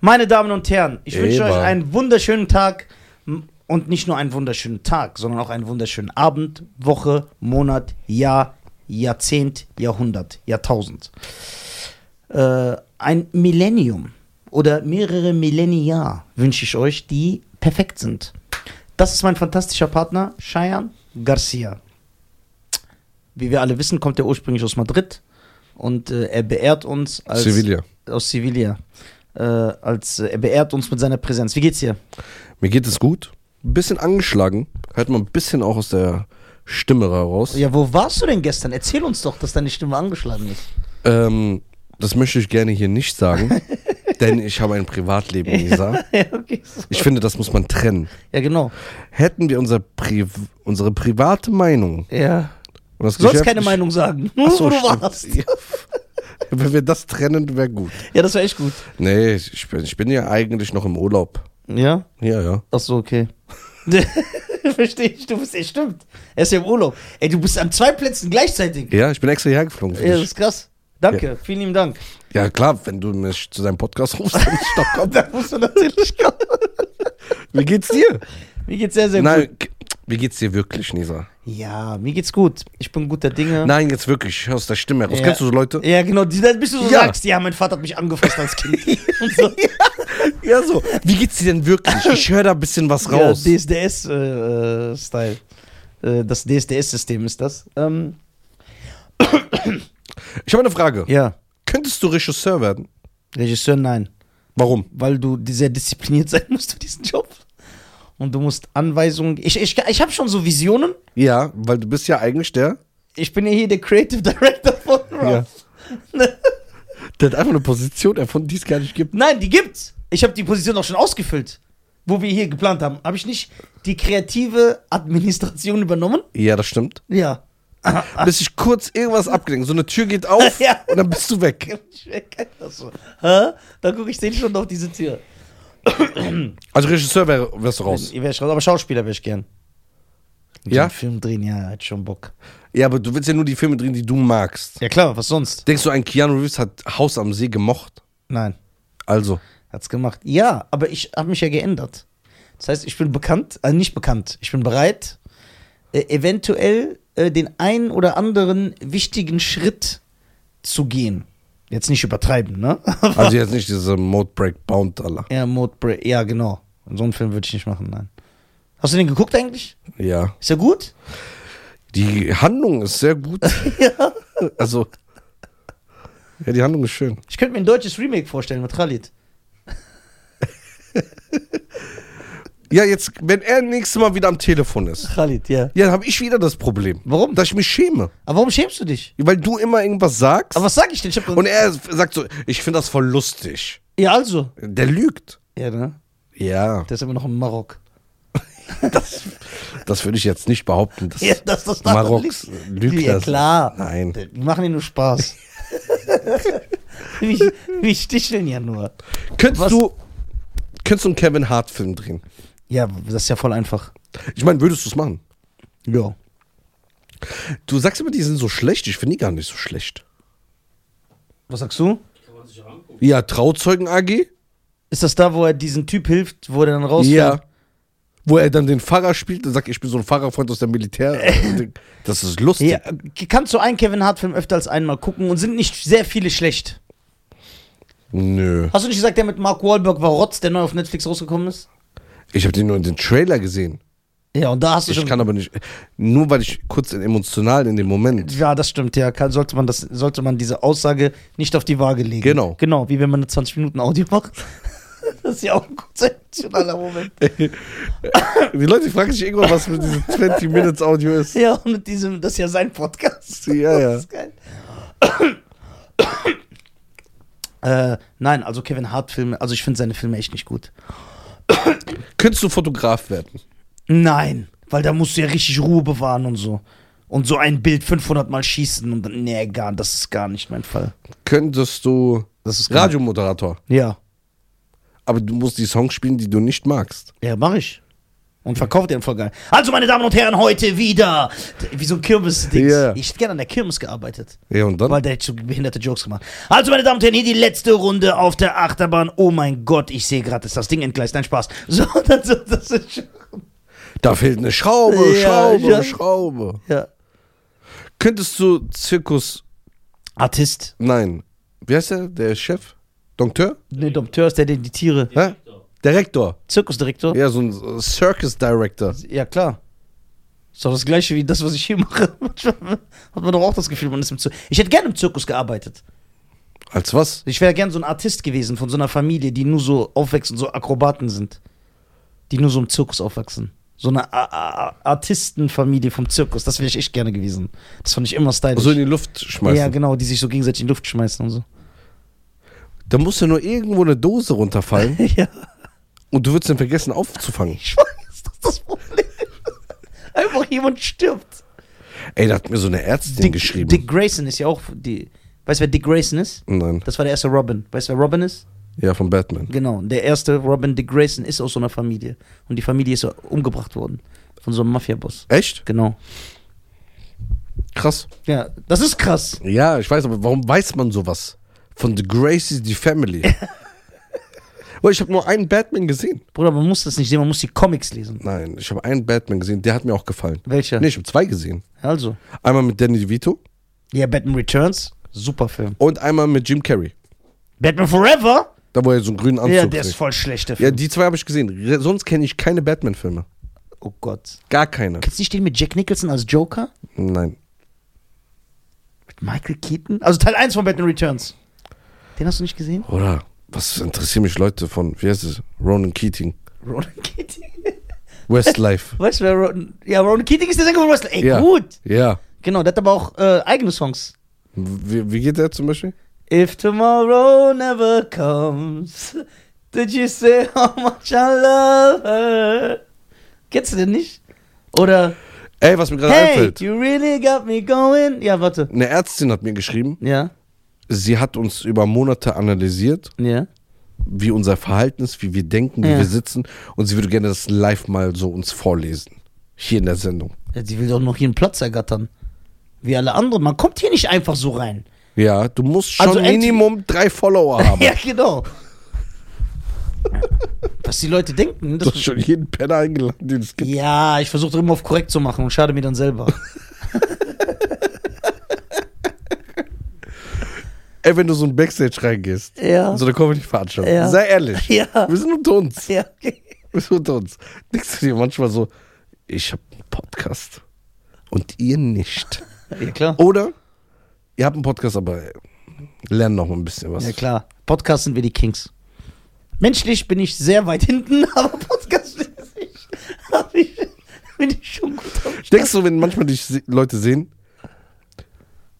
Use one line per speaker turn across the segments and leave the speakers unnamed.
Meine Damen und Herren, ich wünsche
Ey,
euch
Mann.
einen wunderschönen Tag m- und nicht nur einen wunderschönen Tag, sondern auch einen wunderschönen Abend, Woche, Monat, Jahr, Jahrzehnt, Jahrhundert, Jahrtausend. Äh, ein Millennium oder mehrere Millennia wünsche ich euch, die perfekt sind. Das ist mein fantastischer Partner, Cheyenne Garcia. Wie wir alle wissen, kommt er ursprünglich aus Madrid und äh, er beehrt uns als
Sevilla.
aus Sevilla. Äh, als äh, er beehrt uns mit seiner Präsenz. Wie geht's dir?
Mir geht es gut. Ein bisschen angeschlagen. Hört man ein bisschen auch aus der Stimme raus.
Ja, wo warst du denn gestern? Erzähl uns doch, dass deine Stimme angeschlagen ist.
Ähm, das möchte ich gerne hier nicht sagen, denn ich habe ein Privatleben, Lisa.
ja, okay. so.
Ich finde, das muss man trennen.
Ja, genau.
Hätten wir unser Pri unsere private Meinung
Ja.
und das
Du sollst
Geschäft-
keine Meinung sagen. Nur
Ach so,
wo du
stimmt.
warst.
Ja. Wenn wir das trennen, wäre gut.
Ja, das war echt gut.
Nee, ich bin, ich bin ja eigentlich noch im Urlaub.
Ja?
Ja, ja.
Ach so, okay. Verstehe ich, du bist, ey, stimmt. Er ist ja im Urlaub. Ey, du bist an zwei Plätzen gleichzeitig.
Ja, ich bin extra hierher geflogen. Für
Ja, das
dich.
ist krass. Danke, vielen lieben Dank.
Ja, klar, wenn du mich zu deinem Podcast rufst, dann ich doch kommen.
Da musst du natürlich kommen.
Wie geht's dir?
Mir geht's sehr, sehr gut.
Nein, wie geht's dir wirklich, Nisa?
Ja, mir geht's gut. Ich bin guter Dinge.
Nein, jetzt wirklich, aus der Stimme heraus.
Ja.
Kennst du so Leute?
Ja, genau, die, bis du so
Ja.
sagst, ja, mein Vater hat mich angefasst als Kind. Und so.
Ja, so. Wie geht's dir denn wirklich? Ich höre da ein bisschen was raus.
Ja, DSDS-Style. Äh, das DSDS-System ist das. Ähm,
ich habe eine Frage.
ja,
Könntest du Regisseur werden?
Regisseur, nein.
Warum?
weil du sehr diszipliniert sein musst für diesen Job. Und du musst Anweisungen. Ich, ich, ich habe schon so Visionen.
Ja, weil du bist ja eigentlich der,
Ich bin ja hier der Creative Director von Ralph.
der hat einfach eine Position erfunden, die es gar nicht gibt.
Nein, die gibt's. Ich habe die Position auch schon ausgefüllt, wo wir hier geplant haben. Habe ich nicht die kreative Administration übernommen?
Ja, das stimmt.
Ja.
Bis ich kurz irgendwas abgelenkt. So eine Tür geht auf
Ja.
und dann bist du weg.
Ich weg. Also, hä? Da gucke ich den schon auf diese Tür.
Also Regisseur wär, wärst du raus.
Ich wär schon, aber Schauspieler wäre ich gern.
Ja?
Den Film drehen, ja, hätte schon Bock.
Ja, aber du willst ja nur die Filme drehen, die du magst.
Ja klar, was sonst?
Denkst du, ein Keanu Reeves hat Haus am See gemocht?
Nein.
Also.
Hat's gemacht. Ja, aber ich habe mich ja geändert. Das heißt, ich bin bekannt, also nicht bekannt, ich bin bereit, äh, eventuell äh, den einen oder anderen wichtigen Schritt zu gehen. Jetzt nicht übertreiben, ne?
Also jetzt nicht diese Mode Break Bound, Allah.
ja, Mode Break, ja, genau. So einen Film würde ich nicht machen, nein. Hast du den geguckt eigentlich?
Ja.
Ist er gut?
Die Handlung ist sehr gut.
ja.
Also. Ja, die Handlung ist schön.
Ich könnte mir ein deutsches Remake vorstellen mit Khalid.
Ja, jetzt, wenn er nächstes Mal wieder am Telefon ist,
Khalid, ja.
ja, dann habe ich wieder das Problem.
Warum?
Dass ich mich schäme.
Aber warum schämst du dich?
Weil du immer irgendwas sagst
Aber was sag ich denn? Ich hab
und er sagt so, ich finde das voll lustig.
ja, also.
Der lügt.
Ja, ne?
Ja,
Der ist immer noch in Marok.
das, das würde ich jetzt nicht behaupten. Dass
Ja, dass das daran
Maroks
liegt.
lügt
Ja,
das.
klar.
Nein.
Die machen dir nur Spaß. wir, wir sticheln ja nur.
Könntest
Was-
du, könntest du einen Kevin Hart Film drehen?
Ja, das ist ja voll einfach.
Ich meine, würdest du es machen?
Ja.
Du sagst immer, die sind so schlecht. Ich finde die gar nicht so schlecht.
Was sagst du?
Ja, Trauzeugen AG?
Ist das da, wo er diesen Typ hilft, wo er dann rausfällt?
Wo er dann den Pfarrer spielt und sagt, ich bin so ein Pfarrerfreund aus dem Militär. Das ist lustig.
Ja, äh, kannst du einen Kevin Hart Film öfter als einmal gucken und sind nicht sehr viele schlecht.
Nö.
Hast du nicht gesagt, der mit Mark Wahlberg war Rotz, der neu auf Netflix rausgekommen ist?
Ich habe den nur in den Trailer gesehen.
Ja, und da hast du
Ich
schon.
kann aber nicht. Nur weil ich kurz emotional in dem Moment.
ja, das stimmt, ja. Kann, sollte, man das, sollte man diese Aussage nicht auf die Waage legen.
Genau.
Genau, wie wenn man eine 20-Minuten-Audio macht. Das ist ja auch ein kurzer emotionaler Moment.
Die Leute fragen sich irgendwann, was mit diesem 20 Minutes Audio ist.
Ja, und mit diesem, das ist ja sein Podcast.
Ja, ja.
Das ist geil. äh, nein, also Kevin Hart Filme, also ich finde seine Filme echt nicht gut.
Könntest du Fotograf werden?
Nein, weil da musst du ja richtig Ruhe bewahren und so. Und so ein Bild 500 Mal schießen und dann, nee, gar, das ist gar nicht mein Fall.
Könntest du
Das ist gar-
Radiomoderator?
Ja,
Aber du musst die Songs spielen, die du nicht magst.
ja, mach ich. Und verkauft den voll geil. Also, meine Damen und Herren, heute wieder. Wie so ein Kirmes-Dings.
Ja.
Ich hätte gerne an der Kirmes gearbeitet.
Ja, und dann?
Weil da hätte ich so behinderte Jokes gemacht. Also, meine Damen und Herren, hier die letzte Runde auf der Achterbahn. Oh mein Gott, ich sehe gerade, ist das Ding entgleist. Nein, Spaß. So, das, das ist schon.
da fehlt eine Schraube,
Ja,
Schraube,
ja.
Schraube.
Ja.
Könntest du Zirkus,
Artist.
nein, wie heißt der, der Chef? Dompteur?
Ne, Dompteur ist der, der die Tiere.
Hä? Direktor.
Zirkusdirektor? Ja,
Ja, so ein Circus Director.
klar. Ist doch das gleiche wie das, was ich hier mache. Manchmal Hat man doch auch das Gefühl, man ist im Zirkus. Ich hätte gerne im Zirkus gearbeitet.
Als was?
Ich wäre gern so ein Artist gewesen von so einer Familie, die nur so aufwächst und so Akrobaten sind. Die nur so im Zirkus aufwachsen. So eine A A Artistenfamilie vom Zirkus. Das wäre ich echt gerne gewesen. Das fand ich immer stylisch.
So in die Luft schmeißen.
ja, genau, die sich so gegenseitig in die Luft schmeißen und so.
Da muss ja nur irgendwo eine Dose runterfallen
ja,
und du würdest dann vergessen aufzufangen.
ich weiß, das ist das Problem. Einfach jemand stirbt.
Ey, da hat mir so eine Ärztin geschrieben.
Dick Grayson ist ja auch die. Weißt du, wer Dick Grayson ist?
Nein.
Das war der erste Robin. Weißt du, wer Robin ist?
Ja, von Batman.
Genau, der erste Robin Dick Grayson ist aus so einer Familie. Und die Familie ist umgebracht worden. Von so einem Mafia-Boss.
Echt?
Genau.
Krass.
Ja, das ist krass.
Ja, ich weiß, aber warum weiß man sowas? Von The Gracies, die Family. Weil ich habe nur einen Batman gesehen.
Bruder, man muss das nicht sehen, man muss die Comics lesen.
Nein, ich habe einen Batman gesehen, der hat mir auch gefallen.
Welcher?
Nee, ich habe zwei gesehen.
Also.
Einmal mit Danny DeVito
Ja, Batman Returns, super Film.
und einmal mit Jim Carrey.
Batman Forever?
Da wo er so einen grünen Anzug
ja, der ist
trägt.
voll schlecht, der
Ja,
Film.
die zwei habe ich gesehen. Re- Sonst kenne ich keine Batman-Filme.
oh Gott.
Gar keine.
Kennst du nicht den mit Jack Nicholson als Joker?
Nein.
Mit Michael Keaton? Also Teil 1 von Batman Returns. Den hast du nicht gesehen?
Oder was interessieren mich Leute von, wie heißt es? Ronan Keating.
Ronan Keating?
Westlife.
Weißt du, wer Ronan... Ja, Ronan Keating ist der Sänger von Wrestling. Ey,
Ja.
gut.
ja.
Genau, der hat aber auch äh, eigene Songs.
Wie, wie geht der zum Beispiel?
If tomorrow never comes, did you say how much I love her? Kennst du den nicht? Oder
Ey, was mir gerade
Hey,
einfällt.
you really got me going. Ja, warte.
Eine Ärztin hat mir geschrieben,
Ja,
sie hat uns über Monate analysiert,
ja.
wie unser Verhalten ist, wie wir denken, wie
Ja.
wir sitzen. Und sie würde gerne das live mal so uns vorlesen. Hier in der Sendung.
Ja, Sie will doch noch hier einen Platz ergattern. Wie alle anderen. Man kommt hier nicht einfach so rein.
Ja, du musst schon
Also entweder-
Minimum drei Follower haben.
Ja, genau. Was die Leute denken.
Du
Das
hast schon jeden Penner eingeladen, den es gibt.
ja, ich versuche immer auf korrekt zu machen und schade mir dann selber.
Ey, wenn du so ein Backstage reingehst,
Ja.
in so eine Comedy-Veranstaltung,
Ja.
sei ehrlich.
Ja.
Wir sind unter uns.
ja, okay.
Wir sind unter uns. Denkst du dir manchmal so, ich habe einen Podcast und ihr nicht.
ja klar.
Oder ihr habt einen Podcast, aber lernen noch mal ein bisschen was.
Ja, klar. Podcast sind wir die Kings. Menschlich bin ich sehr weit hinten, aber Podcast bin ich, hab ich, bin ich schon gut am Start.
Denkst du, wenn manchmal dich se- Leute sehen,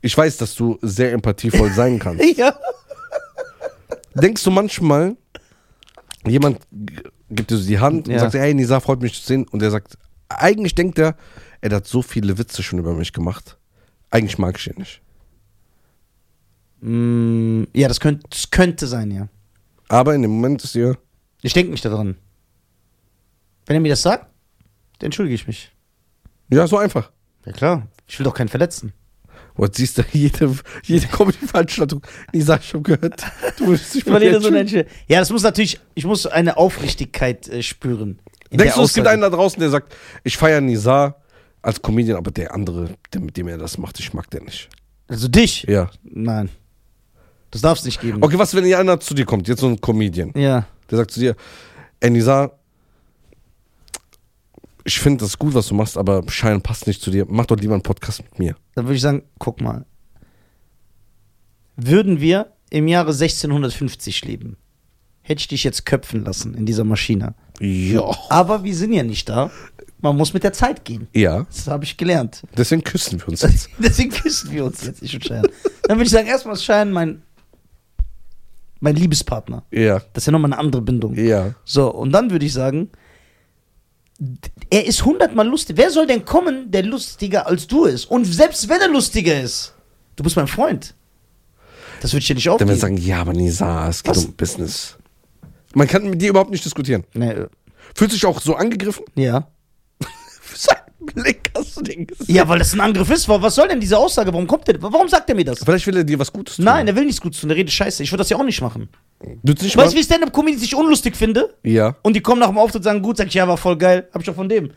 ich weiß, dass du sehr empathievoll sein kannst.
Ja.
Denkst du manchmal, jemand g- gibt dir so die Hand
Ja.
und sagt, hey Nisa, freut mich zu sehen. Und er sagt, eigentlich denkt er, er hat so viele Witze schon über mich gemacht. Eigentlich mag ich ihn nicht.
Mm, ja, das könnte, das könnte sein, ja.
Aber in dem Moment ist dir,
Ich denke nicht daran. Wenn er mir das sagt, dann entschuldige ich mich.
ja, so einfach.
Ja, klar. Ich will doch keinen verletzen.
Und siehst du, jede, jede Comedy-Veranstaltung, Nisa, ich hab gehört, du willst dich bei mir entschuldigen.
ja, das muss natürlich, ich muss eine Aufrichtigkeit äh, spüren. in
Denkst
der
du, es gibt
Aussage.
einen da draußen, der sagt, ich feiere Nizar als Comedian, aber der andere, der, mit dem er das macht, ich mag den nicht.
Also dich?
Ja.
Nein. Das darf es nicht geben.
Okay, was, wenn einer zu dir kommt, jetzt so ein Comedian,
Ja.
der sagt zu dir, ey Nizar, ich finde das gut, was du machst, aber Schein passt nicht zu dir. Mach doch lieber einen Podcast mit mir.
dann würde ich sagen, guck mal. Würden wir im Jahre 1650 leben, hätte ich dich jetzt köpfen lassen in dieser Maschine.
Ja.
Aber wir sind ja nicht da. Man muss mit der Zeit gehen.
Ja,
Das habe ich gelernt.
deswegen küssen wir uns jetzt.
Deswegen küssen wir uns jetzt, ich und Schein. Dann würde ich sagen, erstmal ist Schein mein, mein Liebespartner.
ja,
Das ist ja nochmal eine andere Bindung.
ja.
So, und dann würde ich sagen, d- er ist hundertmal lustig. Wer soll denn kommen, der lustiger als du ist? Und selbst wenn er lustiger ist, du bist mein Freund. Das würde ich dir nicht
Dann werden
aufgeben.
sie sagen, ja, aber Nizar, es geht
Was?
um Business. Man kann mit dir überhaupt nicht diskutieren.
nee, äh,
Fühlst du dich auch so angegriffen?
ja.
Blick hast du den gesehen?
Ja, weil das ein Angriff ist. Wa- Was soll denn diese Aussage? Warum kommt der? Warum sagt er mir das?
Vielleicht will er dir was Gutes tun.
Nein, er will nichts Gutes tun. Der redet scheiße. Ich würde das ja auch nicht machen.
Du nicht
Weißt
mal.
du, wie ich Stand-Up-Comedians nicht unlustig finde?
Ja.
Und die kommen nach dem Auftritt und sagen, gut, sag ich, ja, war voll geil. Hab ich doch von dem.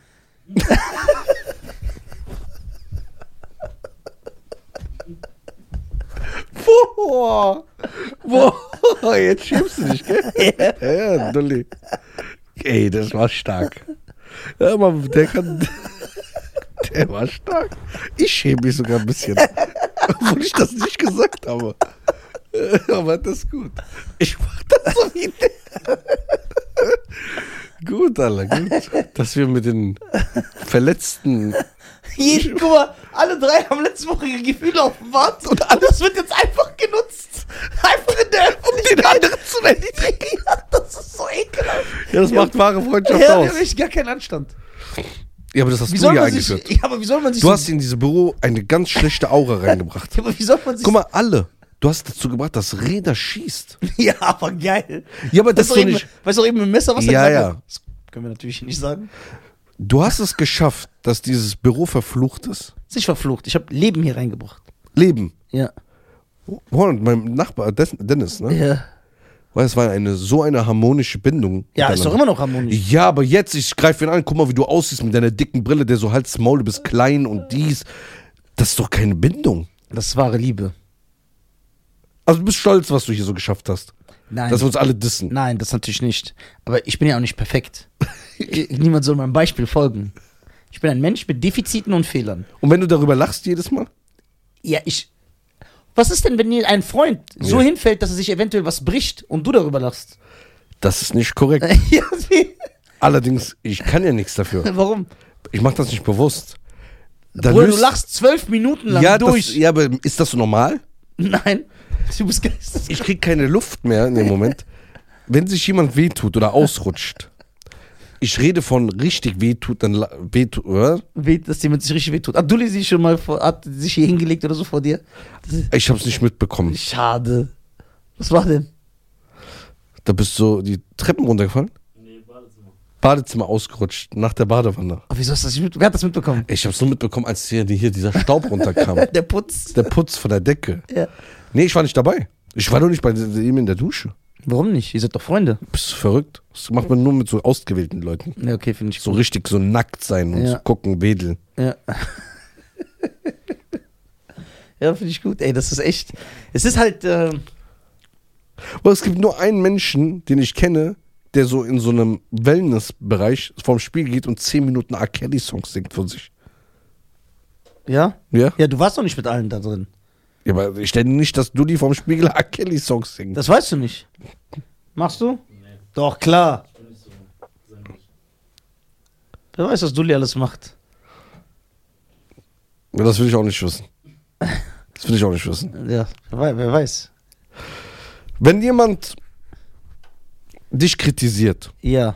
Boah. Boah. Jetzt schiebst du dich, gell? Ja, ja Dulli. Ey, das war stark. Ja, man, der kann. Der war stark. Ich schäme mich sogar ein bisschen. Obwohl ich das nicht gesagt habe. Äh, Aber das ist gut. Ich mach das so wie der. Gut, Alter, gut. Dass wir mit den Verletzten
Jeden, guck mal, alle drei haben letzte Woche ihre Gefühle offenbart und alles wird jetzt einfach genutzt. Einfach in der Öffentlichkeit. Um den anderen zu erniedrigen. Ja, das ist so ekelhaft.
Ja, das
Ja.
macht wahre Freundschaft
Ja,
aus.
da ich gar keinen Anstand.
Ja, aber das hast
Wie
du
soll
ja
man sich,
eingeführt.
ja, aber wie soll man sich
Du
so-
hast in dieses Büro eine ganz schlechte Aura reingebracht.
ja, aber wie soll man sich
Guck mal, alle. Du hast dazu gebracht, dass Reda schießt.
Ja, aber geil.
Ja, aber
weißt,
das ist
du
doch
eben,
nicht-
weißt du auch eben im Messer, was
Ja,
er
ja.
hat? Das können wir natürlich nicht sagen.
Du hast es geschafft, dass dieses Büro verflucht ist.
Ist nicht verflucht. Ich habe Leben hier reingebracht.
Leben.
Ja.
Und mein Nachbar, Des- Dennis, ne?
Ja,
Weil es war eine, so eine harmonische Bindung.
ja ist doch immer noch harmonisch.
Ja, aber jetzt, ich greife ihn an, guck mal, wie du aussiehst mit deiner dicken Brille, der so halt's Maul, du bist klein und dies. Das ist doch keine Bindung.
Das ist wahre Liebe.
Also du bist stolz, was du hier so geschafft hast.
Nein.
Dass wir uns alle dissen.
Nein, das natürlich nicht. Aber ich bin ja auch nicht perfekt. Niemand soll meinem Beispiel folgen. Ich bin ein Mensch mit Defiziten und Fehlern.
Und wenn du darüber lachst jedes Mal?
Ja, ich. Was ist denn, wenn dir ein Freund so
Ja.
hinfällt, dass er sich eventuell was bricht und du darüber lachst?
Das ist nicht korrekt.
ja, wie?
Allerdings, ich kann ja nichts dafür.
Warum?
Ich mache das nicht bewusst. Da
Bruder, du
löst-
lachst zwölf Minuten lang
ja,
durch.
Das, ja, aber ist das so normal?
Nein, du bist geisteskrank.
Ich krieg keine Luft mehr in dem Moment. Wenn sich jemand wehtut oder ausrutscht, ich rede von richtig wehtut, dann la- wehtut, oder?
Weh, dass jemand sich richtig wehtut. Abdulli sich schon mal vor, hat sich hier hingelegt oder so vor dir. Das ist
Ich hab's nicht mitbekommen.
schade. Was war denn?
Da bist du die Treppen runtergefallen?
Nee, Badezimmer.
Badezimmer ausgerutscht, nach der Badewanne.
Aber wieso hast du das nicht mit, Wer hat das mitbekommen?
Ich hab's nur mitbekommen, als hier, hier dieser Staub runterkam.
Der Putz.
Der Putz von der Decke.
Ja.
Nee, ich war nicht dabei. Ich war doch nicht bei ihm in der Dusche.
Warum nicht? Ihr seid doch Freunde.
Bist du verrückt? Das macht man nur mit so ausgewählten Leuten.
Ja, okay, finde ich
So richtig so nackt sein und
Ja.
so gucken, wedeln.
Ja. ja, finde ich gut. Ey, das ist echt. Es ist halt. ähm,
Aber es gibt nur einen Menschen, den ich kenne, der so in so einem Wellness-Bereich vorm Spiel geht und 10 Minuten R. Kelly-Songs singt von sich.
ja?
Ja?
Ja, du warst doch nicht mit allen da drin.
ja aber ich denke nicht, dass du die vorm Spiegel R. Kelly-Songs singst.
Das weißt du nicht. Machst du?
Nee,
Doch, klar.
ich bin nicht so sämtlich.
Wer weiß, was Dulli alles macht.
Ja, das will ich auch nicht wissen. Das will ich auch nicht wissen.
Ja, wer wei- wer weiß.
Wenn jemand dich kritisiert,
Ja.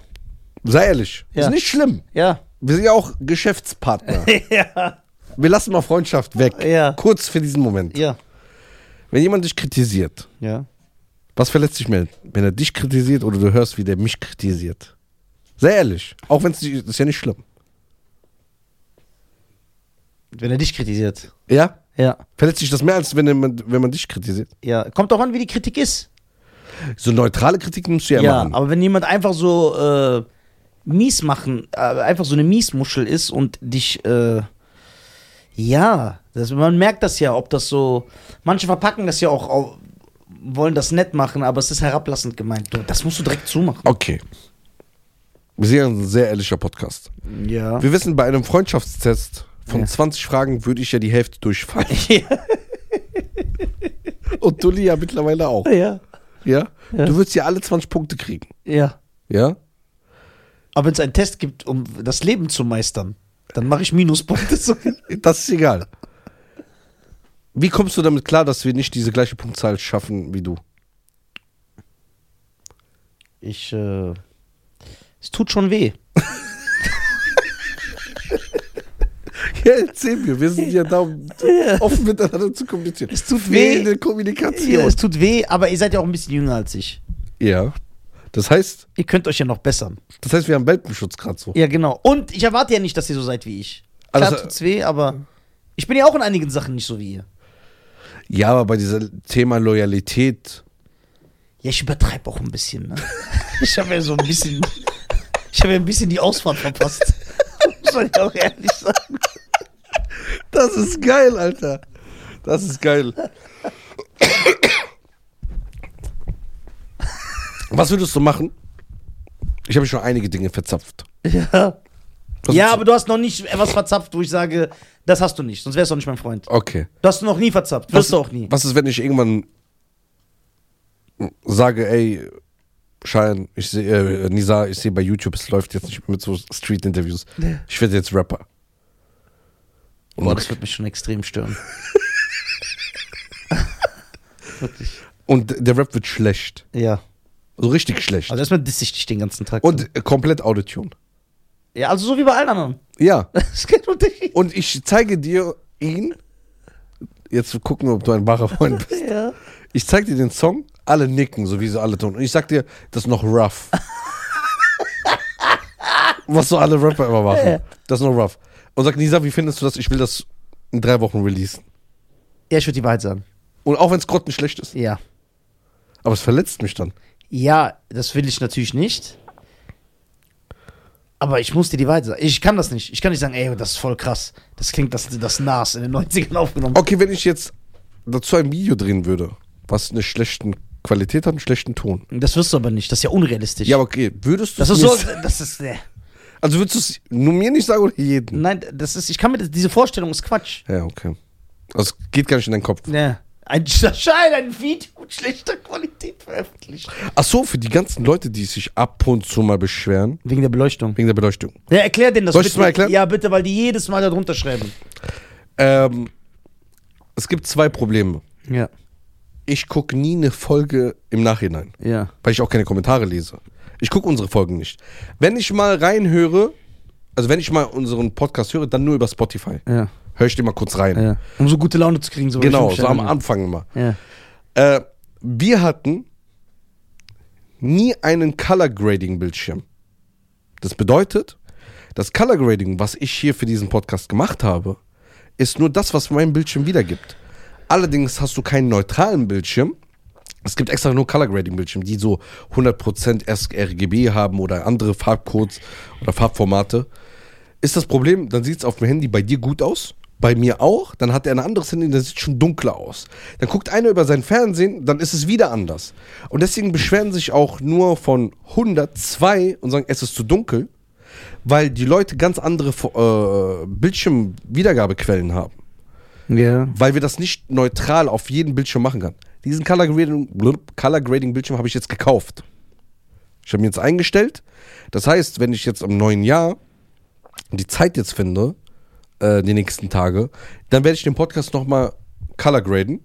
sei ehrlich,
Ja.
ist nicht schlimm.
Ja.
Wir sind ja auch Geschäftspartner.
ja.
Wir lassen mal Freundschaft weg.
Ja.
Kurz für diesen Moment.
Ja.
Wenn jemand dich kritisiert,
Ja.
Was verletzt dich mehr, wenn er dich kritisiert oder du hörst, wie der mich kritisiert? Sehr ehrlich, auch wenn es dich- ist ja nicht schlimm.
Wenn er dich kritisiert.
Ja?
Ja.
Verletzt dich das mehr, als wenn man, wenn man dich kritisiert?
Ja. Kommt auch an, wie die Kritik ist.
So neutrale Kritik nimmst du ja,
Ja,
immer an.
aber wenn jemand einfach so äh, mies machen, äh, einfach so eine Miesmuschel ist und dich, äh, ja, das, man merkt das ja, ob das so, manche verpacken das ja auch, au- wollen das nett machen, aber es ist herablassend gemeint. Du, Das musst du direkt zumachen.
Okay. Wir sind ja ein sehr ehrlicher Podcast.
Ja.
Wir wissen, bei einem Freundschaftstest von
Ja.
20 Fragen würde ich ja die Hälfte durchfallen. Und Dulli ja mittlerweile auch.
ja,
Ja?
Ja.
Du würdest ja alle 20 Punkte kriegen.
ja.
Ja?
Aber wenn es einen Test gibt, um das Leben zu meistern, dann mache ich Minuspunkte. So.
Das ist egal. Wie kommst du damit klar, dass wir nicht diese gleiche Punktzahl schaffen wie du?
Ich, äh, es tut schon weh.
Ja, erzähl mir, wir sind ja da, um offen miteinander zu kommunizieren.
Es tut
Fehlende
weh. Ja,
Kommunikation.
es tut weh, aber ihr seid ja auch ein bisschen jünger als ich.
Ja. Das heißt,
Ihr könnt euch ja noch bessern.
das heißt, wir haben Welpenschutz gerade so.
Ja, genau. Und ich erwarte ja nicht, dass ihr so seid wie ich. Klar
das-
tut's weh, aber ich bin ja auch in einigen Sachen nicht so wie ihr.
Ja, aber bei diesem Thema Loyalität.
Ja, ich übertreibe auch ein bisschen. Ne? Ich habe ja so ein bisschen, ich habe ja ein bisschen die Ausfahrt verpasst. Muss man ja auch ehrlich sagen.
Das ist geil, Alter. Das ist geil. Was würdest du machen? Ich habe schon einige Dinge verzapft.
Ja.
Was
ja,
ist-
aber du hast noch nicht etwas verzapft, wo ich sage, das hast du nicht, sonst wärst du auch nicht mein Freund.
Okay.
Du hast noch nie verzapft, wirst du auch nie.
Was ist, wenn ich irgendwann sage, ey, Schein, ich sehe, äh, Nisa, ich sehe bei YouTube, es läuft jetzt nicht mehr mit so Street-Interviews. Ich werde jetzt Rapper.
Boah, Oh, das wird mich schon extrem stören. Wirklich.
Und der Rap wird schlecht.
Ja.
So richtig schlecht.
Also erstmal disse ich dich den ganzen Tag.
Und äh, komplett Autotune.
ja, also so wie bei allen anderen.
Ja.
Das ist kein Unterschied.
Und ich zeige dir ihn. Jetzt gucken wir, ob du ein wahrer Freund bist.
Ja.
Ich zeig dir den Song, alle nicken, so wie sie alle tun. Und ich sag dir, das ist noch rough. Was so alle Rapper immer machen. Das ist noch rough. Und sag, Nisa, wie findest du das? Ich will das in drei Wochen releasen.
Ja, ich würde die Wahrheit sagen.
Und auch wenn es grottenschlecht ist.
Ja.
Aber es verletzt mich dann.
Ja, das will ich natürlich nicht. Aber ich muss dir die Wahrheit sagen. Ich kann das nicht. Ich kann nicht sagen, ey, das ist voll krass. Das klingt, das, das Nas in den 90ern aufgenommen.
Okay, wenn ich jetzt dazu ein Video drehen würde, was eine schlechte Qualität hat, einen schlechten Ton.
Das wirst du aber nicht. Das ist ja unrealistisch.
Ja, aber okay, würdest du
das
es
ist
mir
so,
sa-
das ist, äh,
Also würdest du es nur mir nicht sagen oder jeden?
nein, das ist, ich kann mir, das, diese Vorstellung ist Quatsch.
Ja, okay. Also es geht gar nicht in deinen Kopf.
Ja. Ein Schein, ein Video mit schlechter Qualität veröffentlicht.
Ach so, für die ganzen Leute, die sich ab und zu mal beschweren,
Wegen der Beleuchtung.
wegen der Beleuchtung.
Ja, erklär denen das
Soll ich das
bitte.
mal erklären?
Ja, bitte, weil die jedes Mal da drunter schreiben.
Ähm, es gibt zwei Probleme.
Ja,
Ich gucke nie eine Folge im Nachhinein,
ja.
weil ich auch keine Kommentare lese. Ich gucke unsere Folgen nicht. Wenn ich mal reinhöre, also wenn ich mal unseren Podcast höre, dann nur über Spotify.
Ja,
Höre ich den mal kurz rein.
ja. Um so gute Laune zu kriegen. So
Genau,
welche
so am
Umstände.
Anfang mal.
Ja.
Äh, wir hatten nie einen Color Grading Bildschirm. Das bedeutet, das Color Grading, was ich hier für diesen Podcast gemacht habe, ist nur das, was mein Bildschirm wiedergibt. Allerdings hast du keinen neutralen Bildschirm. Es gibt extra nur Color Grading Bildschirme, die so 100% RGB haben oder andere Farbcodes oder Farbformate. Ist das Problem, dann sieht es auf dem Handy bei dir gut aus, bei mir auch, dann hat er ein anderes Handy, das sieht schon dunkler aus. Dann guckt einer über sein Fernsehen, dann ist es wieder anders. Und deswegen beschweren sich auch nur von 102 und sagen, es ist zu dunkel, weil die Leute ganz andere Fo- äh, Bildschirmwiedergabequellen haben
Ja.
weil wir das nicht neutral auf jeden Bildschirm machen kann. Diesen Color Grading, blub, Color Grading Bildschirm habe ich jetzt gekauft. Ich habe ihn jetzt eingestellt. Das heißt, wenn ich jetzt am neuen Jahr die Zeit jetzt finde, äh, die nächsten Tage, dann werde ich den Podcast nochmal color graden.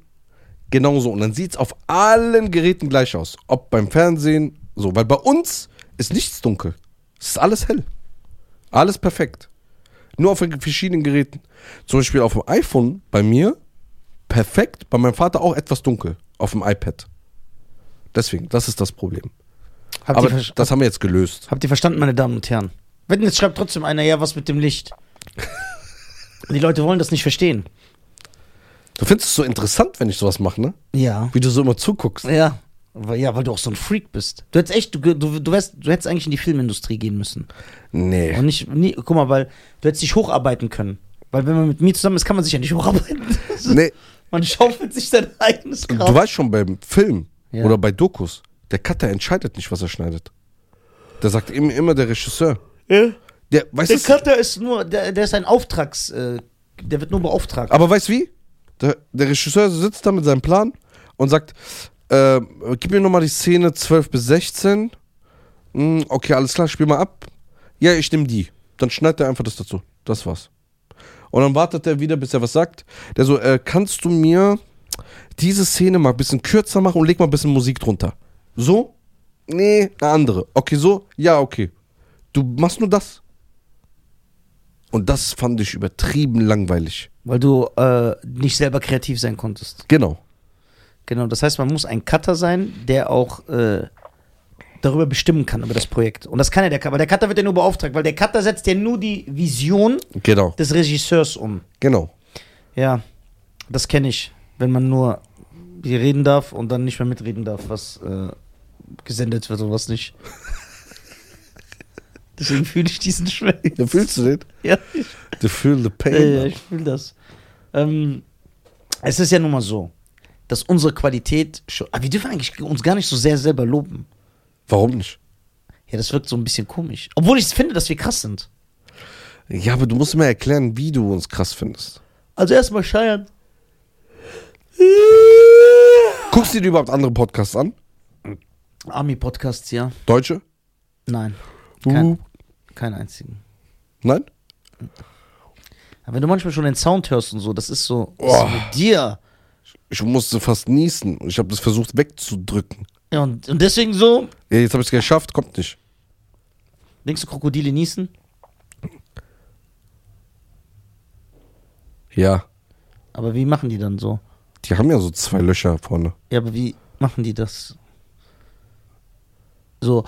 Genauso. Und dann sieht es auf allen Geräten gleich aus. Ob beim Fernsehen, so. Weil bei uns ist nichts dunkel. Es ist alles hell. Alles perfekt. Nur auf verschiedenen Geräten. Zum Beispiel auf dem iPhone bei mir perfekt, bei meinem Vater auch etwas dunkel. Auf dem iPad. Deswegen, das ist das Problem.
Habt,
Aber
ihr ver-
das haben wir jetzt gelöst.
habt ihr verstanden, meine Damen und Herren? Wetten, jetzt schreibt trotzdem einer, ja, was mit dem Licht. Die Leute wollen das nicht verstehen.
Du findest es so interessant, wenn ich sowas mache, ne?
Ja.
Wie du so immer zuguckst.
Ja. Weil, ja, weil du auch so ein Freak bist. Du hättest echt, du, ge- du, du, wärst, du hättest eigentlich in die Filmindustrie gehen müssen.
Nee.
Und nicht, nie, guck mal, weil du hättest dich hocharbeiten können. Weil wenn man mit mir zusammen ist, kann man sich ja nicht hocharbeiten.
Nee,
Man schaufelt sich sein eigenes
du
Grab.
weißt schon beim Film
Ja.
oder bei Dokus, der Cutter entscheidet nicht, was er schneidet. Da sagt ihm immer der Regisseur.
Ja.
Der, weißt
Der
du,
Cutter ist nur, der, der ist ein Auftrags, äh, der wird nur beauftragt.
aber weißt du wie? Der, der Regisseur sitzt da mit seinem Plan und sagt, äh, gib mir nochmal die Szene 12 bis 16. Hm, okay, alles klar, spiel mal ab. Ja, ich nehme die. Dann schneidet er einfach das dazu. Das war's. Und dann wartet er wieder, bis er was sagt. Der so, äh, kannst du mir diese Szene mal ein bisschen kürzer machen und leg mal ein bisschen Musik drunter? So? Nee, eine andere. Okay, so? Ja, okay. Du machst nur das. Und das fand ich übertrieben langweilig.
Weil du äh, nicht selber kreativ sein konntest.
Genau.
Genau, das heißt, man muss ein Cutter sein, der auch äh, darüber bestimmen kann, über das Projekt. Und das kann ja der Cutter, weil der Cutter wird ja nur beauftragt, weil der Cutter setzt ja nur die Vision
Genau,
des Regisseurs um.
genau.
Ja, das kenne ich. Wenn man nur hier reden darf und dann nicht mehr mitreden darf, was äh, gesendet wird und was nicht. Deswegen fühle ich diesen Schmerz.
Da fühlst du den?
Ja, ich,
Du fühlst the pain.
äh, ja, ich fühle das. Ähm, es ist ja nun mal so, dass unsere Qualität schon. Aber wir dürfen eigentlich uns gar nicht so sehr selber loben.
Warum nicht?
Ja, das wirkt so ein bisschen komisch. Obwohl ich finde, dass wir krass sind.
Ja, aber du musst mir erklären, wie du uns krass findest.
Also erstmal scheiern.
Guckst du dir überhaupt andere Podcasts an?
Army-Podcasts, ja.
Deutsche?
Nein. Kein,
Uh.
keinen einzigen.
Nein?
Aber wenn du manchmal schon den Sound hörst und so, das ist so, das
Boah.
ist mit dir.
Ich musste fast niesen und ich habe das versucht wegzudrücken.
Ja, und, und deswegen so,
Ja, jetzt habe ich es geschafft, kommt nicht.
denkst du, Krokodile niesen?
Ja,
Aber wie machen die dann so?
die haben ja so zwei Löcher vorne.
Ja, aber wie machen die das? So,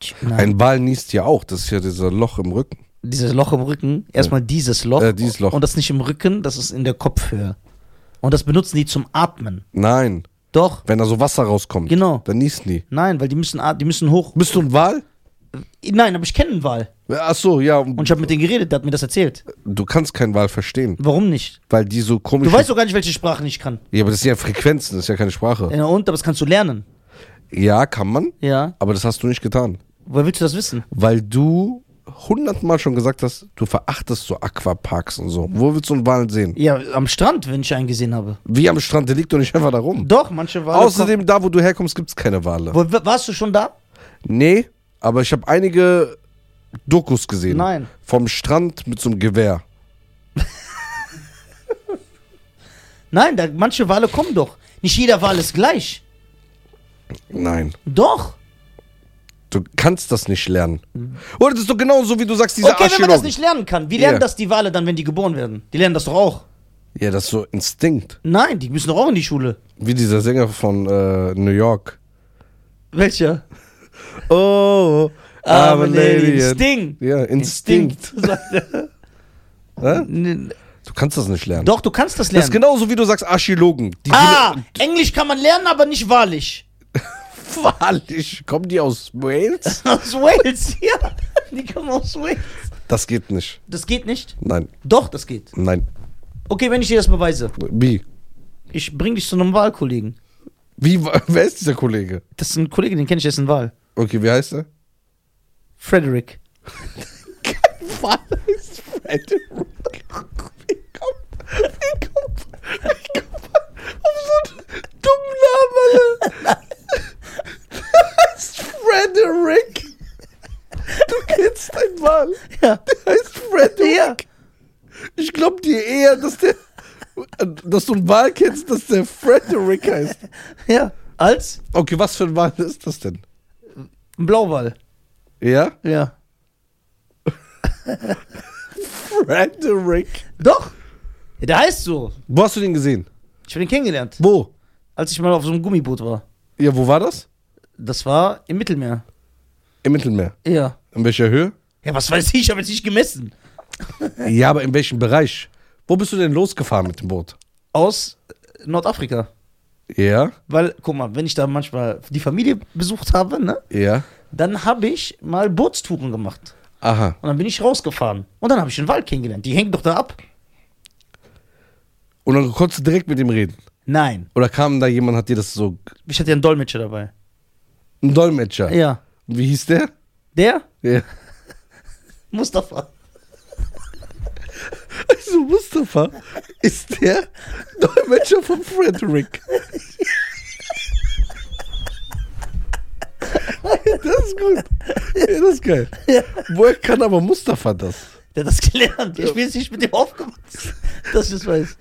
tsch, nein,
Ein Wal niest ja auch, das ist ja dieser Loch im Rücken.
dieses Loch im Rücken, erstmal dieses Loch,
Äh, dieses Loch.
und das nicht im Rücken, das ist in der Kopfhöhe. Und das benutzen die zum Atmen.
Nein,
Doch,
wenn da so Wasser rauskommt,
Genau.
dann niesen die.
nein, weil die müssen, at- die müssen hoch.
Bist du ein Wal?
Nein, aber ich kenne einen Wal.
Ach so, ja.
Und ich habe mit denen geredet, der hat mir das erzählt.
du kannst keinen Wal verstehen,
Warum nicht?
weil die so komisch.
Du weißt doch gar nicht, welche Sprachen ich kann.
ja, aber das sind ja Frequenzen, das ist ja keine Sprache.
Ja, und, aber das kannst du lernen.
Ja, kann man,
Ja.
aber das hast du nicht getan,
Woher willst du das wissen?
weil du hundertmal schon gesagt hast, du verachtest so Aquaparks und so. Wo willst du einen Wal sehen?
Ja, am Strand, wenn ich einen gesehen habe.
Wie am Strand, der liegt doch nicht einfach da rum.
Doch, manche Wale.
Außerdem, da wo du herkommst, gibt's keine Wale.
Wo, w- warst du schon da?
Nee, aber ich habe einige Dokus gesehen.
Nein.
Vom Strand mit so einem Gewehr.
Nein, da, manche Wale kommen doch. Nicht jeder Wal ist gleich.
Nein,
Doch.
du kannst das nicht lernen. Oder das ist doch genauso, wie du sagst, diese
Mhm. okay, wenn man das
Archäologen.
nicht lernen kann. Wie lernen
Ja.
das die Wale dann, wenn die geboren werden? Die lernen das doch auch.
Ja, das ist so Instinkt.
Nein, die müssen doch auch in die Schule.
Wie dieser Sänger von äh, New York.
Welcher?
Oh,
I'm an alien. Instinkt.
Ja, Instinkt.
Sagt er.
Hä?
N-
Du kannst das nicht lernen.
Doch, du kannst das genau-
Das ist
lernen.
genauso, wie du sagst, Archäologen. Die
ah, Englisch kann man lernen, aber nicht wahrlich.
sind wahrlich. Kommen die aus Wales?
Aus Wales, ja. Die kommen aus Wales.
Das geht nicht.
Das geht nicht?
Nein,
Doch, das geht.
nein.
Okay, wenn ich dir das beweise.
Wie?
Ich bring dich zu einem Wahlkollegen.
Wie, wa- wer ist dieser Kollege?
Das ist ein Kollege, den kenne ich, der ist ein Wahl.
Okay, wie heißt er?
Frederick.
Wann ist Frederick? Wie kommt, wie kommt, wie kommt man auf so einen dummen Namen? Alter? Der heißt Frederick. Du kennst deinen Mann.
Ja.
Der heißt Frederick.
Ja.
Ich glaub dir eher, dass der, dass du einen Wahl kennst, dass der Frederick heißt.
Ja. Als
Okay, was für ein Wahl ist das denn?
ein Blauwal.
Ja?
Ja.
Frederick.
Doch. Ja, der heißt so.
Wo hast du den gesehen?
Ich habe den kennengelernt,
Wo?
als ich mal auf so einem Gummiboot war.
Ja, wo war das?
Das war im Mittelmeer.
Im Mittelmeer.
Ja.
In welcher Höhe?
Ja, was weiß ich, ich habe jetzt nicht gemessen.
Ja, aber in welchem Bereich? Wo bist du denn losgefahren mit dem Boot?
Aus äh, Nordafrika.
Ja,
Weil, guck mal, wenn ich da manchmal die Familie besucht habe, ne,
ja.
dann habe ich mal Bootstouren gemacht.
Aha.
Und dann bin ich rausgefahren. Und dann habe ich den Wald kennengelernt. Die hängen doch da ab.
Und dann konntest du direkt mit ihm reden.
Nein.
Oder kam da jemand, hat dir das so.
Ich hatte ja einen Dolmetscher dabei.
Ein Dolmetscher.
Ja.
Wie hieß der?
Der?
Ja.
Mustafa.
Also Mustafa ist der Dolmetscher von Frederick. Das ist gut. Ja, das ist geil. Woher kann aber Mustafa das?
Der hat das gelernt. Ich bin jetzt nicht mit dem aufgewachsen, dass ich das weiß.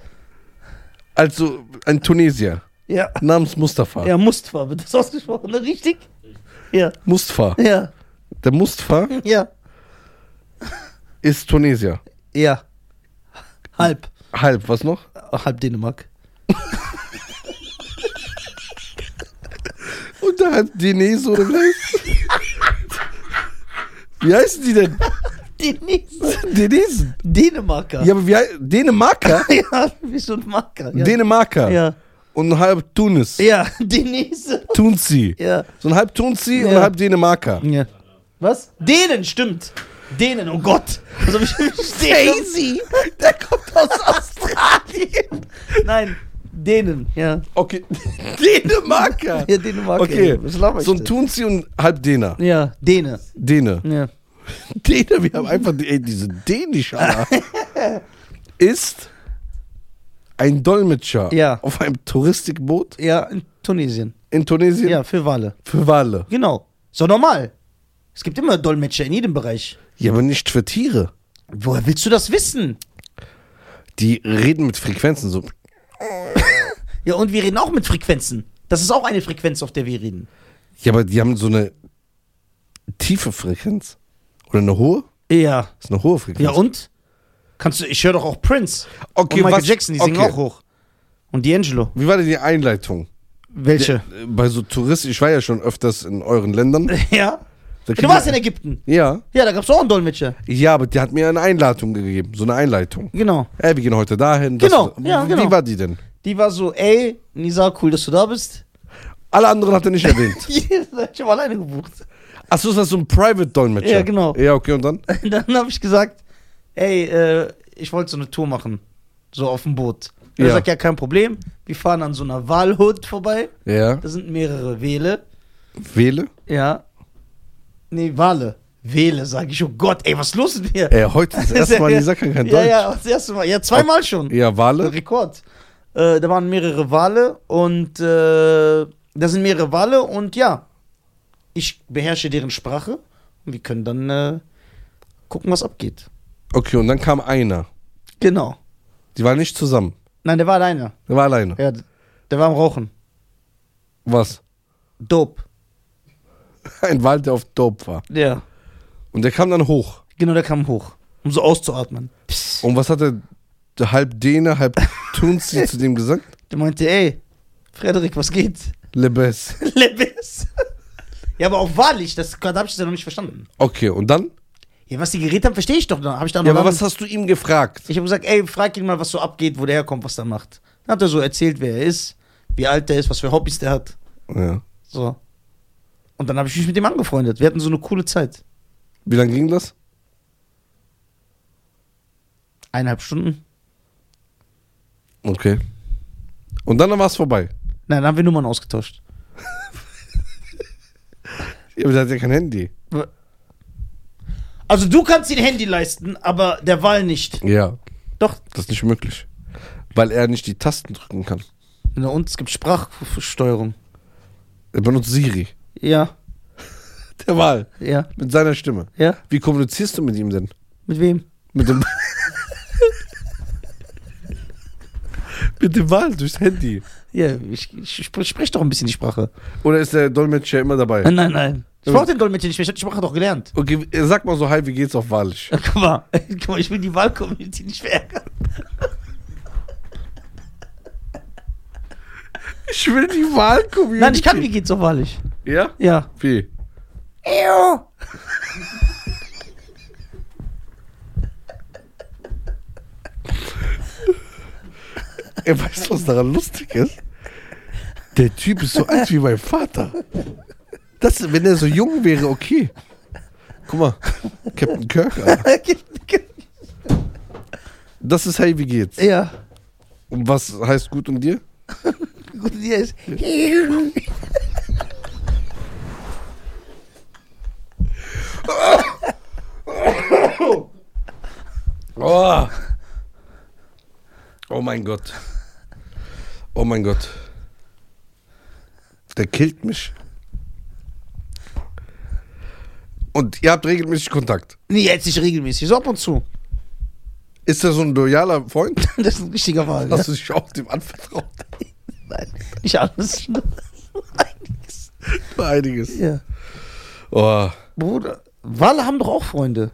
Also ein Tunesier
Ja.
namens Mustafa.
Ja, Mustafa. Wird das ausgesprochen? Ne? Richtig? Ja.
Mustafa.
Ja.
Der Mustafa
Ja.
ist Tunesier.
Ja. Halb.
Halb, was noch?
Halb Dänemark.
Und da hat Dineso oder wie heißt? Wie heißen die denn?
Denise.
Denisen.
Dänemarker.
Ja, aber wie hei- Dänemarker?
ja wie so ein Marker. Ja.
Dänemarker.
ja.
Und halb Tunis.
Ja, Denise.
Tunzi.
Ja.
So ein halb Tunzi und
Ja.
halb Dänemarker.
ja. Was? Dänen, stimmt. Dänen, oh Gott. Also, ich, Daisy.
Der kommt aus Australien.
Nein, Dänen, ja.
Okay. Dänemarker.
Ja, Dänemarker.
Okay.
Was laber ich
So ein
denn?
Tunzi und halb Däner.
Ja, Däne.
Däne.
Ja.
Däne, wir haben einfach ey, diese Dänisch, Alter. Ist ein Dolmetscher
Ja.
auf einem Touristikboot
Ja, in Tunesien.
in Tunesien
Ja, für Wale.
für Wale.
Genau. So normal. Es gibt immer Dolmetscher in jedem Bereich.
Ja, aber nicht für Tiere.
Woher willst du das wissen?
Die reden mit Frequenzen so.
Ja, und wir reden auch mit Frequenzen. Das ist auch eine Frequenz, auf der wir reden.
Ja, aber die haben so eine tiefe Frequenz. Oder eine hohe?
Ja.
Das ist eine hohe Frequenz.
Ja, und? Kannst du, ich höre doch auch Prince.
Okay,
und Michael
was-
Jackson, die singen
okay.
auch hoch. Und D'Angelo.
Wie war denn die Einleitung?
Welche?
Äh, Bei so Touristen, ich war ja schon öfters in euren Ländern. Da
Ja. Äh, Du
kriegen
warst
wir-
in Ägypten.
Ja.
Ja, da gab es auch einen Dolmetscher.
Ja, aber die hat mir eine Einleitung gegeben. So eine Einleitung.
Genau.
Ey, wir gehen heute dahin. das-
Genau, ja,
Wie
genau.
war die denn?
Die war so, ey, Nisa, cool, dass du da bist.
Alle anderen hat er nicht erwähnt.
Die ich habe alleine gebucht.
Achso, ist das so ein Private-Dolmetscher?
Ja, genau.
Ja, okay, und dann?
Und dann habe ich gesagt, ey, äh, ich wollte so eine Tour machen. So auf dem Boot. Und Er
Ja.
sagt, ja, kein Problem. Wir fahren an so einer Walhut vorbei.
Ja.
Da sind mehrere Wele.
Wähle?
Ja. Nee, Wale. Wele, sage ich. Oh Gott, ey, was ist los mit mir?
Ey, Äh, heute ist das erste Mal, die sagt kein Deutsch.
Ja, ja, das erste Mal. Ja, zweimal schon.
Hm. Ja,
Ein
Wale?
Rekord. Äh, da waren mehrere Wale und äh, da sind mehrere Wale und ja, ich beherrsche deren Sprache und wir können dann äh, gucken, was abgeht.
Okay, und dann kam einer.
Genau.
Die waren nicht zusammen.
Nein, der war alleine.
Der war alleine.
Ja, d- der war am Rauchen.
Was?
Dope.
Ein Wal, der auf Dope war.
Ja.
Und der kam dann hoch.
Genau, der kam hoch, um so auszuatmen. Psst.
Und was hat der der halb Däne, halb Tunzi zu dem gesagt?
Der meinte, ey, Frederik, was geht?
Lebes.
Lebes. ja, aber auch wahrlich, das gerade habe ich das ja noch nicht verstanden.
Okay, und dann?
Ja, was die geredet haben, verstehe ich doch. Dann habe ich da
Ja,
noch
aber
dann-
was hast du ihm gefragt?
Ich habe gesagt, ey, frag ihn mal, was so abgeht, wo der herkommt, was der macht. Dann hat er so erzählt, wer er ist, wie alt er ist, was für Hobbys der hat.
Ja.
So. Und dann habe ich mich mit ihm angefreundet. Wir hatten so eine coole Zeit.
Wie lange ging das?
Eineinhalb Stunden.
Okay. Und dann war es vorbei.
Nein, dann haben wir Nummern ausgetauscht.
Ja, aber der hat ja kein Handy.
Also du kannst ihn Handy leisten, aber der Wahl nicht.
Ja.
Doch.
Das ist nicht möglich. Weil er nicht die Tasten drücken kann.
Na und es gibt Sprachsteuerung.
Er benutzt Siri.
Ja,
Der Wahl.
ja,
Mit seiner Stimme.
ja.
Wie kommunizierst du mit ihm denn?
Mit wem?
Mit dem. mit dem Wahl durchs Handy.
Ja, ich, ich, ich sprich doch ein bisschen die Sprache.
Oder ist der Dolmetscher immer dabei?
Nein, nein. Ich brauche den Dolmetscher nicht mehr, ich habe die Sprache doch gelernt.
Okay, sag mal so, hi, wie geht's auf Walisch?
Äh, Guck mal, guck mal ich will die Wahlcommunity nicht verärgern.
Ich will die Wahl-Community.
Nein, ich kann, wie geht's auf wahrlich?
Ja?
Ja.
Wie?
Ew.
Ey, weißt du, was daran lustig ist? Der Typ ist so alt wie mein Vater. Das, wenn er so jung wäre, okay. Guck mal, Captain Kirk, Alter. Das ist hey, wie geht's?
ja.
Und was heißt gut und dir?
Gut, hier ist.
Oh. oh mein Gott. Oh mein Gott. Der killt mich. Und ihr habt regelmäßig Kontakt.
Nee, jetzt nicht regelmäßig, so ab und zu.
Ist er so ein loyaler Freund?
Das ist ein richtiger Wahl.
Hast du dich auch dem anvertraut?
Nein, nicht alles. Einiges.
Einiges.
Ja.
Oh.
Bruder, Wale haben doch auch Freunde.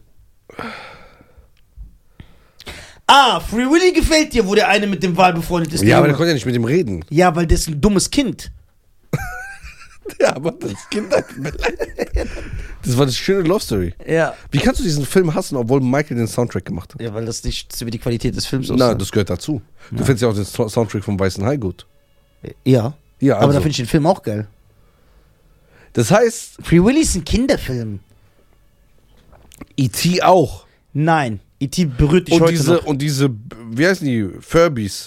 Ah, Free Willy gefällt dir, wo der eine mit dem Wal befreundet ist.
Ja, aber
der Junge.
der konnte ja nicht mit ihm reden.
ja, weil der ist ein dummes Kind.
Ja, aber das Kind hat ihn beleidigt. Das war eine schöne Love Story.
Ja.
Wie kannst du diesen Film hassen, obwohl Michael den Soundtrack gemacht hat?
Ja, weil das nichts über die Qualität des Films
Na,
aussagt.
das gehört dazu. Du findest ja auch den Sto- Soundtrack vom Weißen Hai gut.
Ja.
Ja,
Aber da
also.
finde ich den Film auch geil.
Das heißt,
Free Willy ist ein Kinderfilm.
E.T. E auch.
Nein. E.T. berührt dich
Und
heute
diese,
noch.
und diese, wie heißen die? Furbies.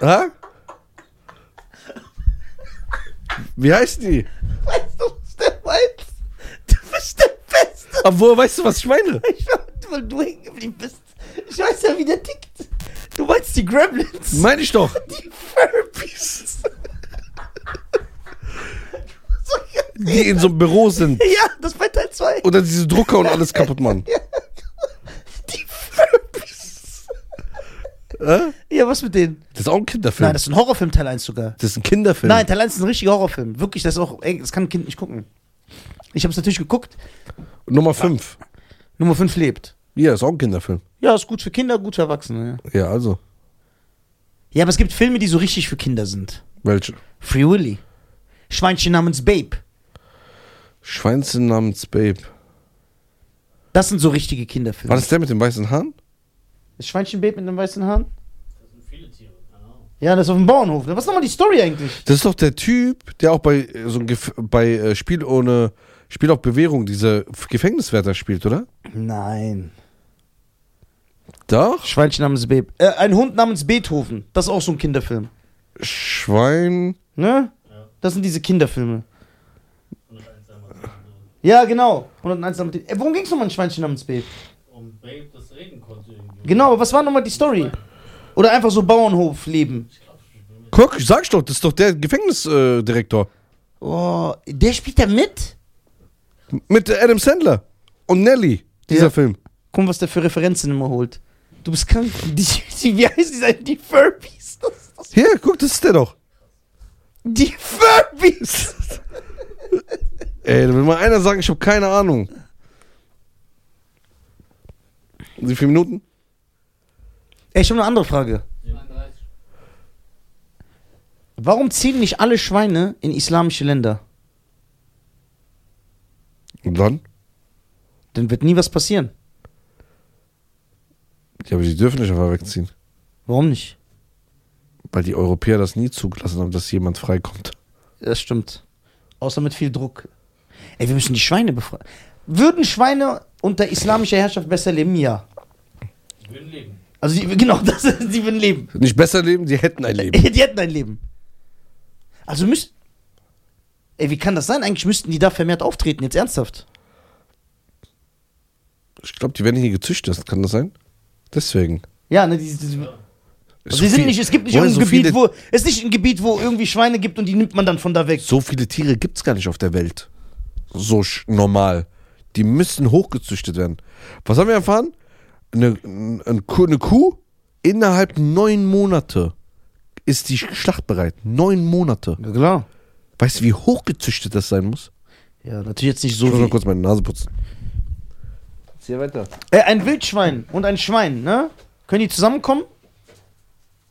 Hä? Wie heißen die?
Weißt du, was der meint? Du bist der Beste.
Obwohl, weißt du, was ich meine?
Ich weiß, weil du hängen geblieben bist. Ich weiß ja, wie der tickt. Du meinst die Gremlins.
Meine ich doch.
die Furbies. so, ja.
Die in so einem Büro sind.
ja, das war Teil 2.
Oder diese Drucker und alles kaputt machen.
Die Furbies.
Hä?
Ja, was mit denen?
Das ist auch ein Kinderfilm.
Nein, das ist ein Horrorfilm, Teil 1 sogar.
Das ist ein Kinderfilm.
Nein, Teil 1 ist ein richtiger Horrorfilm. Wirklich, das ist auch, ey, das kann ein Kind nicht gucken. Ich habe es natürlich geguckt.
Nummer 5.
Nummer 5 lebt.
Ja, ist auch ein Kinderfilm.
Ja, ist gut für Kinder, gut für Erwachsene. Ja.
Ja, also.
ja, aber es gibt Filme, die so richtig für Kinder sind.
Welche?
Free Willy. Schweinchen namens Babe.
Schweinchen namens Babe.
Das sind so richtige
War
Kinderfilme.
das der mit dem weißen Haaren?
Ist Schweinchen Babe mit den weißen Haaren?
Das sind viele Tiere, keine Ahnung.
Ja, das ist auf dem Bauernhof. Was ist nochmal die Story eigentlich?
Das ist doch der Typ, der auch bei äh, so ein Gef bei äh, Spiel ohne Spiel auf Bewährung diese F- Gefängniswärter spielt, oder?
Nein.
Doch.
Schweinchen namens Babe. Äh, ein Hund namens Beethoven. Das ist auch so ein Kinderfilm.
Schwein.
Ne?
Ja.
Das sind diese Kinderfilme.
101 damals und so.
Ja, genau. 101 namens Äh, Worum ging es nochmal in Schweinchen namens Babe?
Und Babe, das reden konnte irgendwie.
Genau, aber was war nochmal die Story? Oder einfach so Bauernhofleben.
Guck, sag ich doch, das ist doch der Gefängnisdirektor. Äh, Direktor.
Oh, der spielt da mit?
M- mit äh, Adam Sandler und Nelly, dieser
Ja.
Film.
Guck, was der für Referenzen immer holt. Du bist krank. Die, die, wie heißt die? Die Furbies. Das, das,
Hier, guck, das ist der doch.
die Furbies.
Ey, wenn mal einer sagen, ich habe keine Ahnung. Wie viele Minuten?
Ey, ich habe eine andere Frage.
37.
Warum ziehen nicht alle Schweine in islamische Länder?
Und dann?
Dann wird nie was passieren.
Ja, aber die dürfen nicht einfach wegziehen.
Warum nicht?
Weil die Europäer das nie zugelassen haben, dass jemand freikommt.
Das stimmt. Außer mit viel Druck. Ey, wir müssen die Schweine befreien. Würden Schweine unter islamischer Herrschaft besser leben? Ja.
Die würden leben.
Also, die, genau, das, die würden leben.
Nicht besser leben, die hätten ein Leben.
Die hätten ein Leben. Also müssten. Ey, wie kann das sein? Eigentlich müssten die da vermehrt auftreten, jetzt ernsthaft.
Ich glaube, die werden hier gezüchtet, kann das sein? Deswegen.
Ja, ne, die, die, die
So
sind
viel-
nicht, es gibt nicht
Woher
irgendein
so
Gebiet,
viele,
wo. Es ist nicht ein Gebiet, wo irgendwie Schweine gibt und die nimmt man dann von da weg.
So viele Tiere gibt es gar nicht auf der Welt. So sch- normal. Die müssen hochgezüchtet werden. Was haben wir erfahren? Eine, ein- ein Kuh, eine Kuh innerhalb neun Monate ist die schlachtbereit. Neun Monate.
Ja, klar.
Weißt du, wie hochgezüchtet das sein muss?
Ja, natürlich jetzt nicht
Ich
so.
muss mal
Wie,
kurz meine Nase putzen. Zieh weiter.
äh, ein Wildschwein und ein Schwein, ne? Können die zusammenkommen?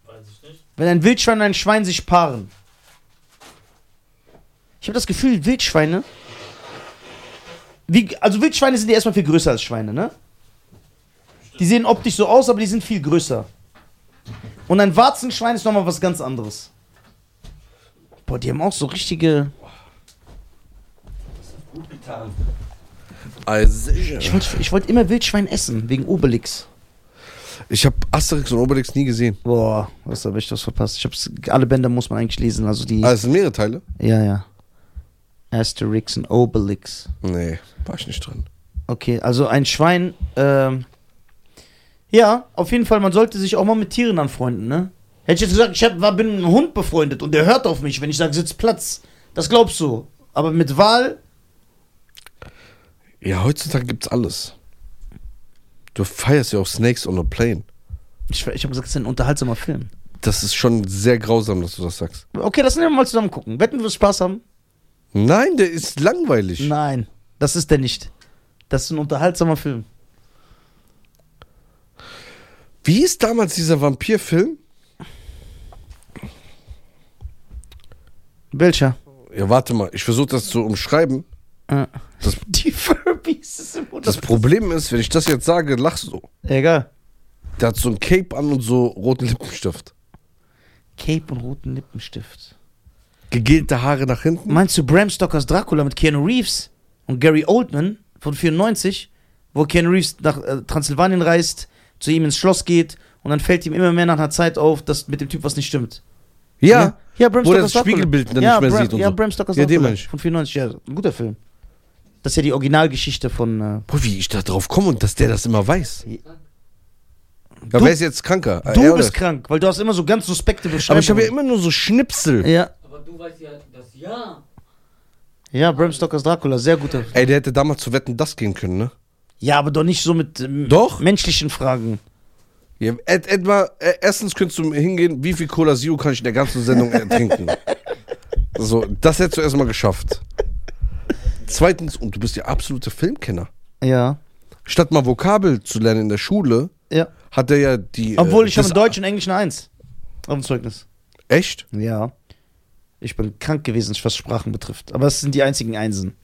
Weiß ich nicht.
Wenn ein Wildschwein und ein Schwein sich paaren. Ich habe das Gefühl, Wildschweine. Wie, also Wildschweine sind ja erstmal viel größer als Schweine, ne? Die sehen optisch so aus, aber die sind viel größer. Und ein Warzenschwein ist nochmal was ganz anderes. Boah, die haben auch so richtige. Ah,
Also,
Ich wollte ich wollt immer Wildschwein essen, wegen Obelix.
ich habe Asterix und Obelix nie gesehen.
Boah, was habe ich das verpasst? Ich hab's, alle Bänder muss man eigentlich lesen, also die.
Ah, es sind mehrere Teile?
Ja, ja. Asterix und Obelix.
Nee, war ich nicht dran.
Okay, also ein Schwein. Ähm, ja, auf jeden Fall, man sollte sich auch mal mit Tieren anfreunden, ne? Hätte ich jetzt gesagt, ich hab, war, bin mit einem Hund befreundet und der hört auf mich, wenn ich sage, sitz Platz. Das glaubst du. Aber mit Wahl,
Ja, heutzutage gibt's alles. Du feierst ja auch Snakes on a Plane.
ich, ich habe gesagt, es ist ein unterhaltsamer Film.
Das ist schon sehr grausam, dass du das sagst.
Okay, lass uns den mal zusammen gucken. Wetten wir Spaß haben?
Nein, der ist langweilig.
Nein, das ist der nicht. Das ist ein unterhaltsamer Film.
Wie ist damals dieser Vampirfilm?
Welcher?
Ja, warte mal, ich versuche das zu umschreiben.
Äh,
Das-
die Furbies ist im
Das
Untergrund.
Problem ist, wenn ich das jetzt sage, lachst du.
Egal.
Der hat so ein Cape an und so roten Lippenstift.
Cape und roten Lippenstift.
Gegelte Haare nach hinten.
Meinst du Bram Stokers Dracula mit Keanu Reeves und Gary Oldman von 94, wo Keanu Reeves nach äh, Transsilvanien reist, zu ihm ins Schloss geht und dann fällt ihm immer mehr nach einer Zeit auf, dass mit dem Typ was nicht stimmt?
Ja.
ja Bram
Wo der
Stokers
das Spiegelbild dann
ja,
nicht mehr
Bram,
sieht und
ja,
so.
Bram Stokers
Ja, den
Dracula
meine ich.
von 94, ja, ein guter Film. Das ist ja die Originalgeschichte von. Äh,
Boah, wie ich da drauf komme und dass der das immer weiß. Ja,
Du-
wer ist jetzt kranker?
du
Er oder
bist
das?
krank, weil du hast immer so ganz suspekte Beschreibungen.
Aber ich habe ja immer nur so Schnipsel.
Ja,
Aber du weißt ja das Ja.
ja, Bram Stokers Dracula, sehr guter.
Ey, der hätte damals zu wetten, das gehen können, ne?
Ja, aber doch nicht so mit ähm,
Doch.
menschlichen Fragen.
Ja, et, etwa, äh, erstens könntest du hingehen, wie viel Cola Zero kann ich in der ganzen Sendung äh, trinken? so, das hättest du erstmal geschafft. Zweitens, und du bist der absolute Filmkenner.
Ja,
Statt mal Vokabel zu lernen in der Schule,
ja.
hat er ja die. äh,
Obwohl, ich habe
das-
in Deutsch und Englisch eine Eins auf dem Zeugnis.
Echt?
Ja. Ich bin krank gewesen, was Sprachen betrifft. Aber es sind die einzigen Einsen.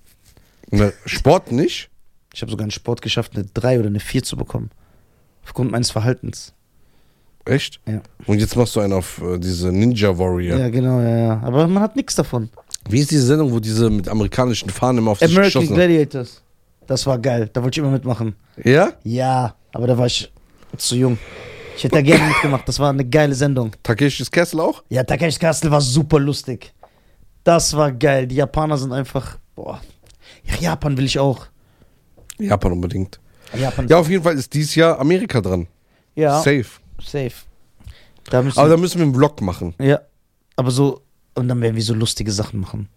Ne, Sport nicht?
Ich habe sogar einen Sport geschafft, eine 3 oder eine 4 zu bekommen. Aufgrund meines Verhaltens.
Echt?
Ja.
Und jetzt machst du einen auf äh, diese Ninja Warrior.
Ja, genau, ja, ja. Aber man hat nichts davon.
Wie ist diese Sendung, wo diese mit amerikanischen Fahnen immer auf sich
American
geschossen haben?
Gladiators. Das war geil. Da wollte ich immer mitmachen.
Ja?
Ja, aber da war ich zu jung. Ich hätte da gerne mitgemacht. Das war eine geile Sendung.
Takeshis Castle auch?
Ja, Takeshis Castle war super lustig. Das war geil. Die Japaner sind einfach. Boah. Ja, Japan will ich auch.
Japan unbedingt.
Japan.
Ja, auf jeden Fall ist dieses Jahr Amerika dran.
Ja,
Safe.
safe. Da müssen
Aber da müssen wir einen Vlog machen.
ja, aber so. Und dann werden wir so lustige Sachen machen.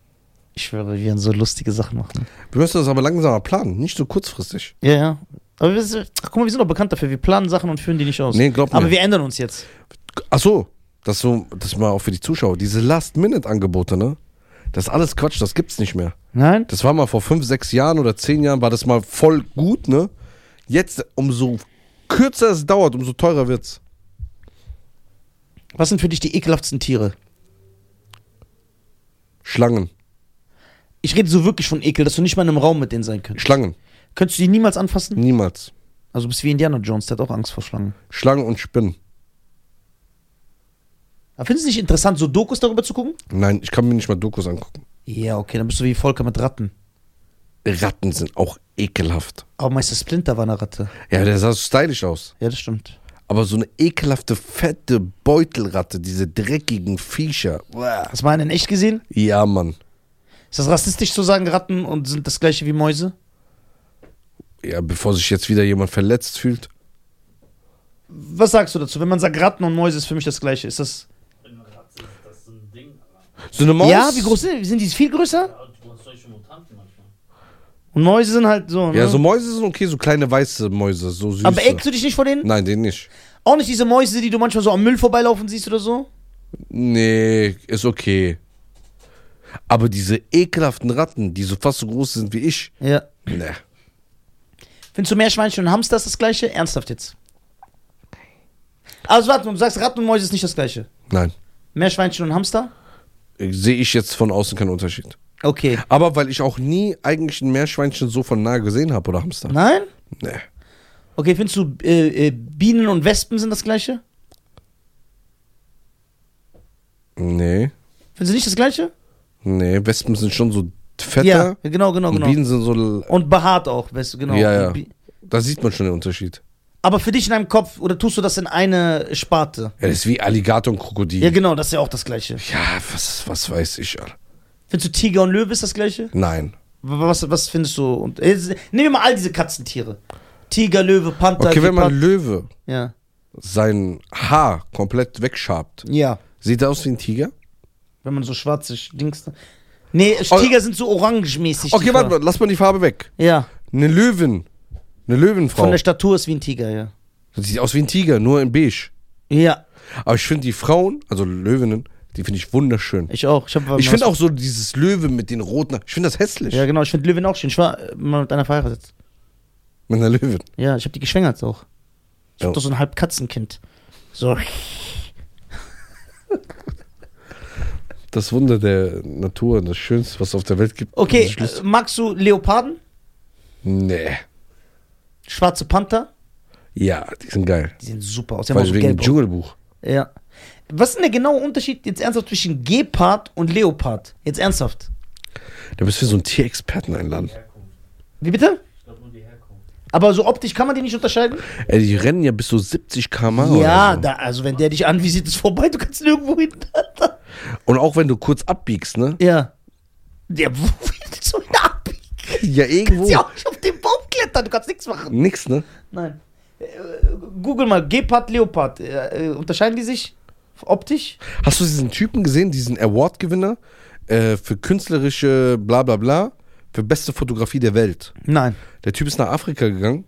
Ich schwöre, wir werden so lustige Sachen machen.
Wir müssen das aber langsamer planen, nicht so kurzfristig.
Ja, ja. Aber wir sind, ach, guck mal, wir sind doch bekannt dafür. Wir planen Sachen und führen die nicht aus.
Nee, glaub mir.
Aber wir ändern uns jetzt.
Ach so, das so, das mal auch für die Zuschauer. Diese Last-Minute-Angebote, ne? Das ist alles Quatsch, das gibt's nicht mehr.
Nein?
Das war mal vor fünf, sechs Jahren oder zehn Jahren, war das mal voll gut, ne? Jetzt, umso kürzer es dauert, umso teurer wird's.
Was sind für dich die ekelhaftesten Tiere?
Schlangen,
Ich rede so wirklich von Ekel, dass du nicht mal in einem Raum mit denen sein könntest.
Schlangen,
Könntest du die niemals anfassen?
niemals.
Also du bist wie Indiana Jones, der hat auch Angst vor Schlangen.
Schlangen und Spinnen.
Aber findest du es nicht interessant, so Dokus darüber zu gucken?
Nein, ich kann mir nicht mal Dokus angucken.
Ja, okay, dann bist du wie Volker mit Ratten.
Ratten sind auch ekelhaft.
Aber Meister Splinter war eine Ratte.
Ja, der sah so stylisch aus.
Ja, das stimmt.
Aber so eine ekelhafte, fette Beutelratte, diese dreckigen Viecher. Uah.
Hast du mal einen in echt gesehen?
Ja, Mann.
Ist das rassistisch zu sagen, Ratten und sind das gleiche wie Mäuse?
Ja, bevor sich jetzt wieder jemand verletzt fühlt.
Was sagst du dazu? Wenn man sagt, Ratten und Mäuse ist für mich das gleiche, ist das.
Wenn eine Katze ist, das ist ein Ding. Alter.
So eine Maus?
Ja, wie groß sind die? Sind die viel größer?
Ja, du hast solche Mutanten manchmal.
Und Mäuse sind halt so. Ne?
Ja, so Mäuse sind okay, so kleine weiße Mäuse, so süße.
Aber eckst du dich nicht vor denen?
Nein, den nicht.
Auch nicht diese Mäuse, die du manchmal so am Müll vorbeilaufen siehst oder so?
Nee, ist okay. Aber diese ekelhaften Ratten, die so fast so groß sind wie ich,
Ja.
ne.
Findest du Meerschweinchen und Hamster ist das gleiche? Ernsthaft jetzt. Also warte, mal, du sagst, Ratten und Mäuse ist nicht das gleiche.
Nein.
Meerschweinchen und Hamster?
Sehe ich jetzt von außen keinen Unterschied.
Okay.
Aber weil ich auch nie eigentlich ein Meerschweinchen so von nahe gesehen habe oder Hamster. Ne.
Nein?
Nee.
Okay, findest du, äh, äh, Bienen und Wespen sind das gleiche?
Nee.
Findest du nicht das gleiche?
Nee. Wespen sind schon so
ja,
fetter.
genau, genau,
und
genau.
Bienen sind so. l-
Und behaart auch, weißt du, genau.
Ja,
Und
ja.
Bi-
Da sieht man schon den Unterschied.
Aber für dich in deinem Kopf, oder tust du das in eine Sparte?
Ja, das ist wie Alligator und Krokodil.
Ja, genau, das ist ja auch das gleiche.
Ja, was, was weiß ich. Alter.
Findest du Tiger und Löwe ist das gleiche?
Nein.
W- Was, was findest du? Und, äh, nehmen wir mal all diese Katzentiere. Tiger, Löwe, Panther,
Okay, wenn man
Gepard-
Löwe
ja.
sein Haar komplett wegschabt,
ja,
sieht er aus wie ein Tiger?
wenn man so schwarze Dings... Nee,
Oh.
Tiger sind so orangemäßig. die
Okay, warte mal, lass mal die Farbe weg.
Farbe. Ja,
Eine Löwin. Eine
von
Löwenfrau.
der Statur ist wie ein Tiger, ja.
Das sieht aus wie ein Tiger, nur in beige.
Ja,
Aber ich finde die Frauen, also Löwinnen, die finde ich wunderschön.
ich auch. Ich, hab-
Ich finde auch so dieses Löwe mit den roten. Ich finde das hässlich.
Ja, genau, ich finde Löwin auch schön. Ich war äh, mal mit einer verheiratet.
Mit einer Löwin.
Ja, ich habe die geschwängert auch. Ich
Ja.
hab doch so ein halb Katzenkind. So.
Das Wunder der Natur, das Schönste, was es auf der Welt gibt.
Okay,
Das Schlimmste-
äh, magst du Leoparden?
Nee.
Schwarze Panther?
Ja, die sind geil.
Die sehen super aus. Die
Vor
haben auch
allem
so
wegen dem
gelb aus.
Dschungelbuch.
Ja. Was ist denn der genaue Unterschied jetzt ernsthaft zwischen Gepard und Leopard? Jetzt ernsthaft.
Da müssen wir so einen Tierexperten einladen.
Herkunft.
Wie bitte?
Ich glaube nur die Herkunft.
Aber so optisch kann man die nicht unterscheiden?
Ey, die rennen ja bis so 70 km/h.
ja,
oder so.
da, also wenn der dich anvisiert, ist vorbei, du kannst nirgendwo hin.
Und auch wenn du kurz abbiegst, ne?
ja. Der wo willst du hin Ah, abbiegen?
Ja,
Du
irgendwo.
kannst ja auch nicht auf den Baum klettern, du kannst nichts machen.
Nix, ne?
Nein. Äh, Google mal, Gepard, Leopard. Äh, äh, unterscheiden die sich optisch?
Hast du diesen Typen gesehen, diesen Award-Gewinner äh, für künstlerische bla bla bla, für beste Fotografie der Welt?
Nein.
Der Typ ist nach Afrika gegangen,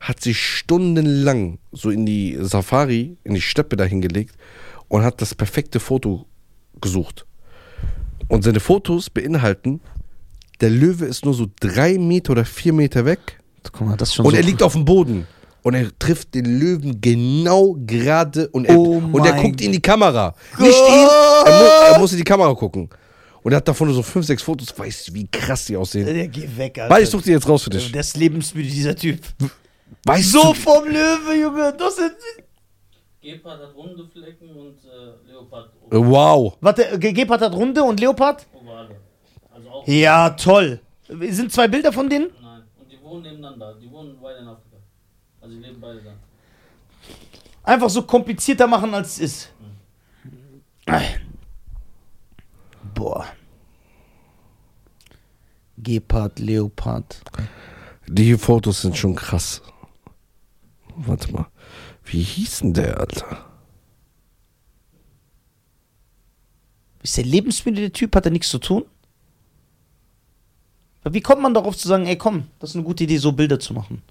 hat sich stundenlang so in die Safari, in die Steppe dahingelegt und hat das perfekte Foto gesucht. Und seine Fotos beinhalten, der Löwe ist nur so drei Meter oder vier Meter weg
Guck mal, das ist schon
und
so.
er liegt auf dem Boden. Und er trifft den Löwen genau gerade und er,
Oh
und er
mein
guckt in die Kamera. Nicht ihn, er, mu er muss in die Kamera gucken. Und er hat davon nur so fünf, sechs Fotos. Weißt du, wie krass die aussehen?
der geht Äh, weg, Alter.
Weil ich such die jetzt raus für dich.
der ist lebensmüde, dieser Typ.
Weißt
äh, So
du?
vom Löwe, Junge. Das sind.
Gepard hat runde Flecken und äh, Leopard o-
Wow.
Warte, äh, Ge- Gepard hat Runde und Leopard?
ovale. Also auch.
Ja, toll. Sind zwei Bilder von denen?
Nein. Und die wohnen nebeneinander. Die wohnen beide in Afrika. Also die leben beide da.
Einfach so komplizierter machen, als es ist. Boah. Gepard, Leopard.
Die Fotos sind schon krass. Warte mal. Wie hieß denn der, Alter?
Ist der lebensmüde, der Typ? Hat er nichts zu tun? Aber Wie kommt man darauf zu sagen, ey komm, das ist eine gute Idee, so Bilder zu machen?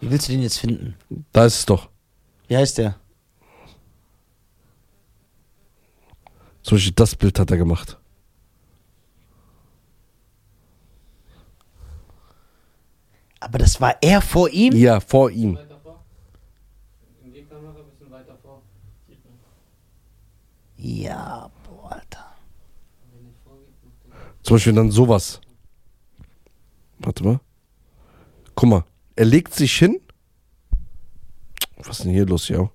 Wie willst du den jetzt finden?
Da ist es doch.
Wie heißt der?
Zum Beispiel das Bild hat er gemacht.
Aber das war er vor ihm?
Ja, vor ihm.
Weiter vor. In die Kamera ein bisschen weiter vor. Sieht man.
Ja, boah, Alter.
Wenn ihr vorgeht, macht ihr.
Zum Beispiel dann sowas. Warte mal. Guck mal. Er legt sich hin. Was ist denn hier los, ja?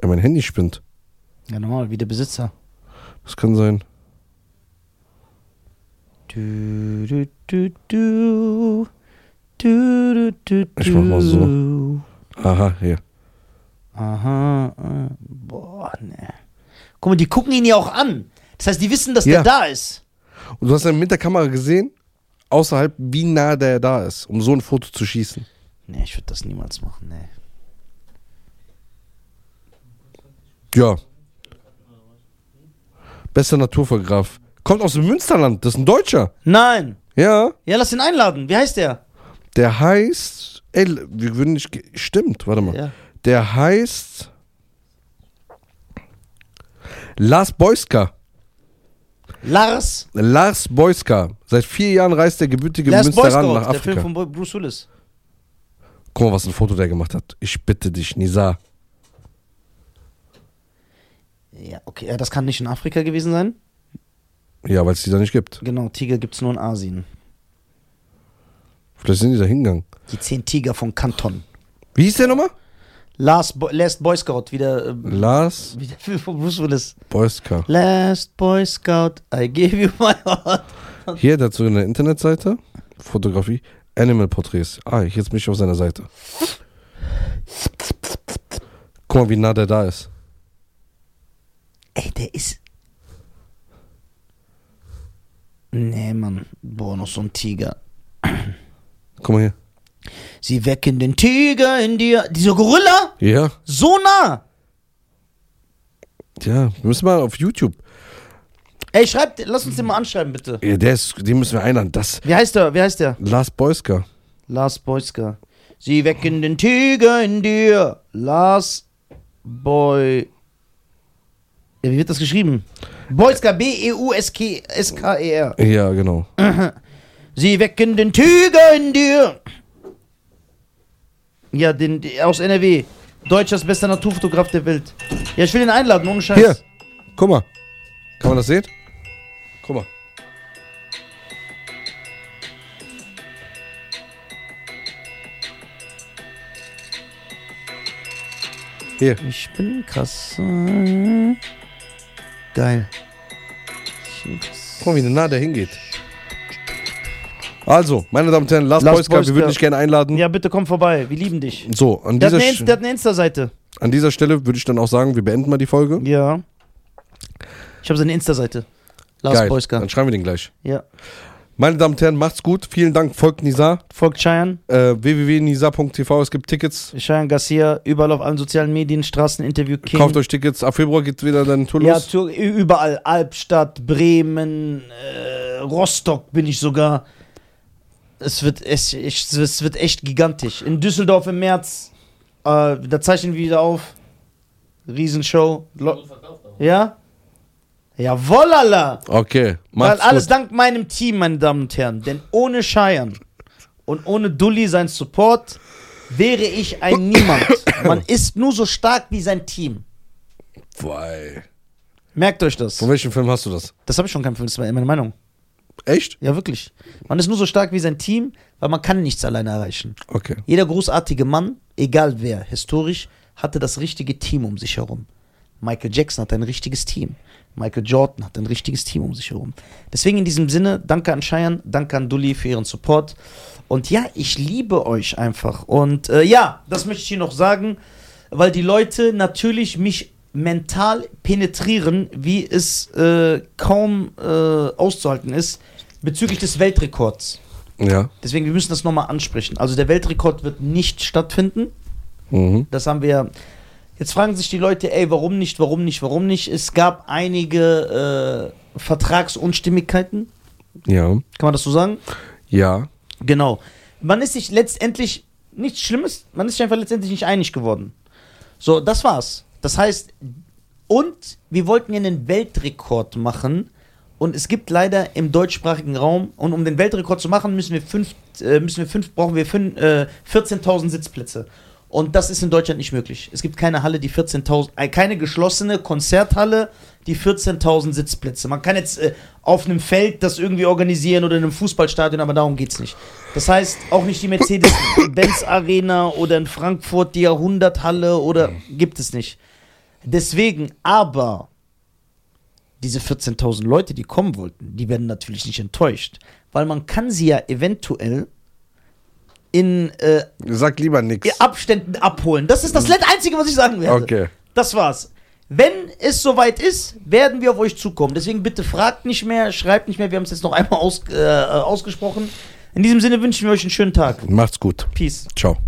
Ey, mein Handy spinnt.
Ja, normal, wie der Besitzer.
Das kann sein.
Du, du, du, du. Du, du, du, du.
Ich mach mal Aha, hier.
Aha. äh, Boah, ne. Guck mal, die gucken ihn ja auch an. Das heißt, die wissen, dass der
Ja.
da ist.
Und du hast dann mit der Kamera gesehen, außerhalb, wie nah der da ist, um so ein Foto zu schießen.
Ne, ich würde das niemals machen, ne.
Ja. Bester Naturfotograf. Kommt aus dem Münsterland, das ist ein Deutscher.
Nein.
Ja.
Ja, lass ihn einladen. Wie heißt der?
Der heißt. Ey, wir würden nicht. ge- Stimmt, warte mal.
Ja.
Der heißt. Lars Boyska.
Lars.
Lars Boyska. Seit vier Jahren reist der gebürtige
Lars
Münsteraner nach
Boyskaut, der Film
Afrika.
von Bo- Bruce Willis.
Guck mal, was ein Foto der gemacht hat. Ich bitte dich, Nisa.
Ja, okay, ja, das kann nicht in Afrika gewesen sein.
Ja, weil es die da nicht gibt.
Genau, Tiger gibt's nur in Asien.
Vielleicht sind die da hingegangen.
Die zehn Tiger von Kanton.
Wie hieß der nochmal?
Last, Bo Last Boy Scout, wie der, äh,
Lars
wie der Film von Bruce Willis.
Boyska.
Last Boy Scout, I give you my heart.
Hier dazu eine Internetseite. Fotografie. Animal Porträts. Ah, ich jetzt bin ich auf seiner Seite. Guck mal, wie nah der da ist.
Ey, der ist. Nee, Mann. Boah, noch so ein Tiger.
Guck mal hier.
Sie wecken den Tiger in dir. Dieser Gorilla?
Ja,
So nah!
ja, wir müssen mal auf YouTube.
Ey, schreibt, lass uns den mal anschreiben, bitte.
Ja, der ist, den müssen wir einladen. Das
Wie heißt der? Wie heißt der?
Lars Boyska.
Lars Boyska. Sie wecken den Tiger in dir. Lars Boy. Ja, wie wird das geschrieben? Boyska, E B-E-U-S-K-E-R.
Ja, genau.
Sie wecken den Tiger in dir. Ja, den aus NRW. Deutschers bester Naturfotograf der Welt. Ja, ich will ihn einladen, ohne Scheiß.
Hier, guck mal. Kann man das sehen? Guck mal. Hier,
Ich bin krass. äh, Geil.
guck mal, wie nah der hingeht. Also, meine Damen und Herren, Last,
Last
Boys Club,
Boys
wir würden
Club.
dich gerne einladen.
Ja, bitte komm vorbei. Wir lieben dich.
So, an
Der hat,
dieser,
eine,
Sch-
Inst- der hat eine Insta-Seite.
an dieser Stelle würde ich dann auch sagen, wir beenden mal die Folge.
Ja. Ich habe seine Insta-Seite. Lars
Geil,
Boyska.
dann schreiben wir den gleich.
Ja.
Meine Damen und Herren, macht's gut. Vielen Dank. Folgt Nizar.
Folgt Cheyenne.
Äh, www.nizar.tv. Es gibt Tickets.
Cheyenne Garcia. Überall auf allen sozialen Medien. Straßeninterview King.
Kauft euch Tickets. Ab Februar geht wieder deine Tour
ja,
los.
zu, ü- überall. Albstadt, Bremen, äh, Rostock bin ich sogar. Es wird, es, ich, es wird echt gigantisch. In Düsseldorf im März. Äh, da zeichnen wir wieder auf. Riesenshow. Lo
Gut verkauft auch.
ja? Jawoll, Allah!
Okay,
Weil
macht's
alles
gut.
dank meinem Team, meine Damen und Herren. Denn ohne Scheiern und ohne Dulli sein Support wäre ich ein Niemand. Man ist nur so stark wie sein Team.
Boah, ey.
Merkt euch das.
Von welchem Film hast du das?
Das habe ich schon kein Film, das war meine Meinung.
Echt?
Ja, wirklich. Man ist nur so stark wie sein Team, weil man kann nichts alleine erreichen.
Okay.
Jeder großartige Mann, egal wer, historisch, hatte das richtige Team um sich herum. Michael Jackson hat ein richtiges Team. Michael Jordan hat ein richtiges Team um sich herum. Deswegen in diesem Sinne, danke an Cheyenne, danke an Dulli für ihren Support. Und ja, ich liebe euch einfach. Und äh, ja, das möchte ich hier noch sagen, weil die Leute natürlich mich mental penetrieren, wie es äh, kaum äh, auszuhalten ist, bezüglich des Weltrekords.
Ja.
Deswegen, wir müssen das nochmal ansprechen. Also der Weltrekord wird nicht stattfinden.
Mhm.
Das haben wir. Jetzt fragen sich die Leute, ey, warum nicht, warum nicht, warum nicht? Es gab einige äh, Vertragsunstimmigkeiten.
Ja.
Kann man das so sagen?
Ja.
Genau. Man ist sich letztendlich nichts Schlimmes, man ist sich einfach letztendlich nicht einig geworden. So, das war's. Das heißt, und wir wollten ja einen Weltrekord machen. Und es gibt leider im deutschsprachigen Raum, und um den Weltrekord zu machen, müssen wir fünf, äh, müssen wir fünf brauchen wir fünf, äh, 14.000 Sitzplätze. Und das ist in Deutschland nicht möglich. Es gibt keine Halle, die 14.000, äh, keine geschlossene Konzerthalle, die 14.000 Sitzplätze. Man kann jetzt äh, auf einem Feld das irgendwie organisieren oder in einem Fußballstadion, aber darum geht's nicht. Das heißt, auch nicht die Mercedes-Benz-Arena oder in Frankfurt die Jahrhunderthalle oder gibt es nicht. Deswegen, aber diese 14.000 Leute, die kommen wollten, die werden natürlich nicht enttäuscht, weil man kann sie ja eventuell in äh,
Sag lieber nix.
Abständen abholen. Das ist das letzte Einzige, was ich sagen werde.
Okay.
Das war's. Wenn es soweit ist, werden wir auf euch zukommen. Deswegen bitte fragt nicht mehr, schreibt nicht mehr. Wir haben es jetzt äh, noch einmal aus, äh, ausgesprochen. In diesem Sinne wünschen wir euch einen schönen Tag.
Macht's gut.
Peace.
Ciao.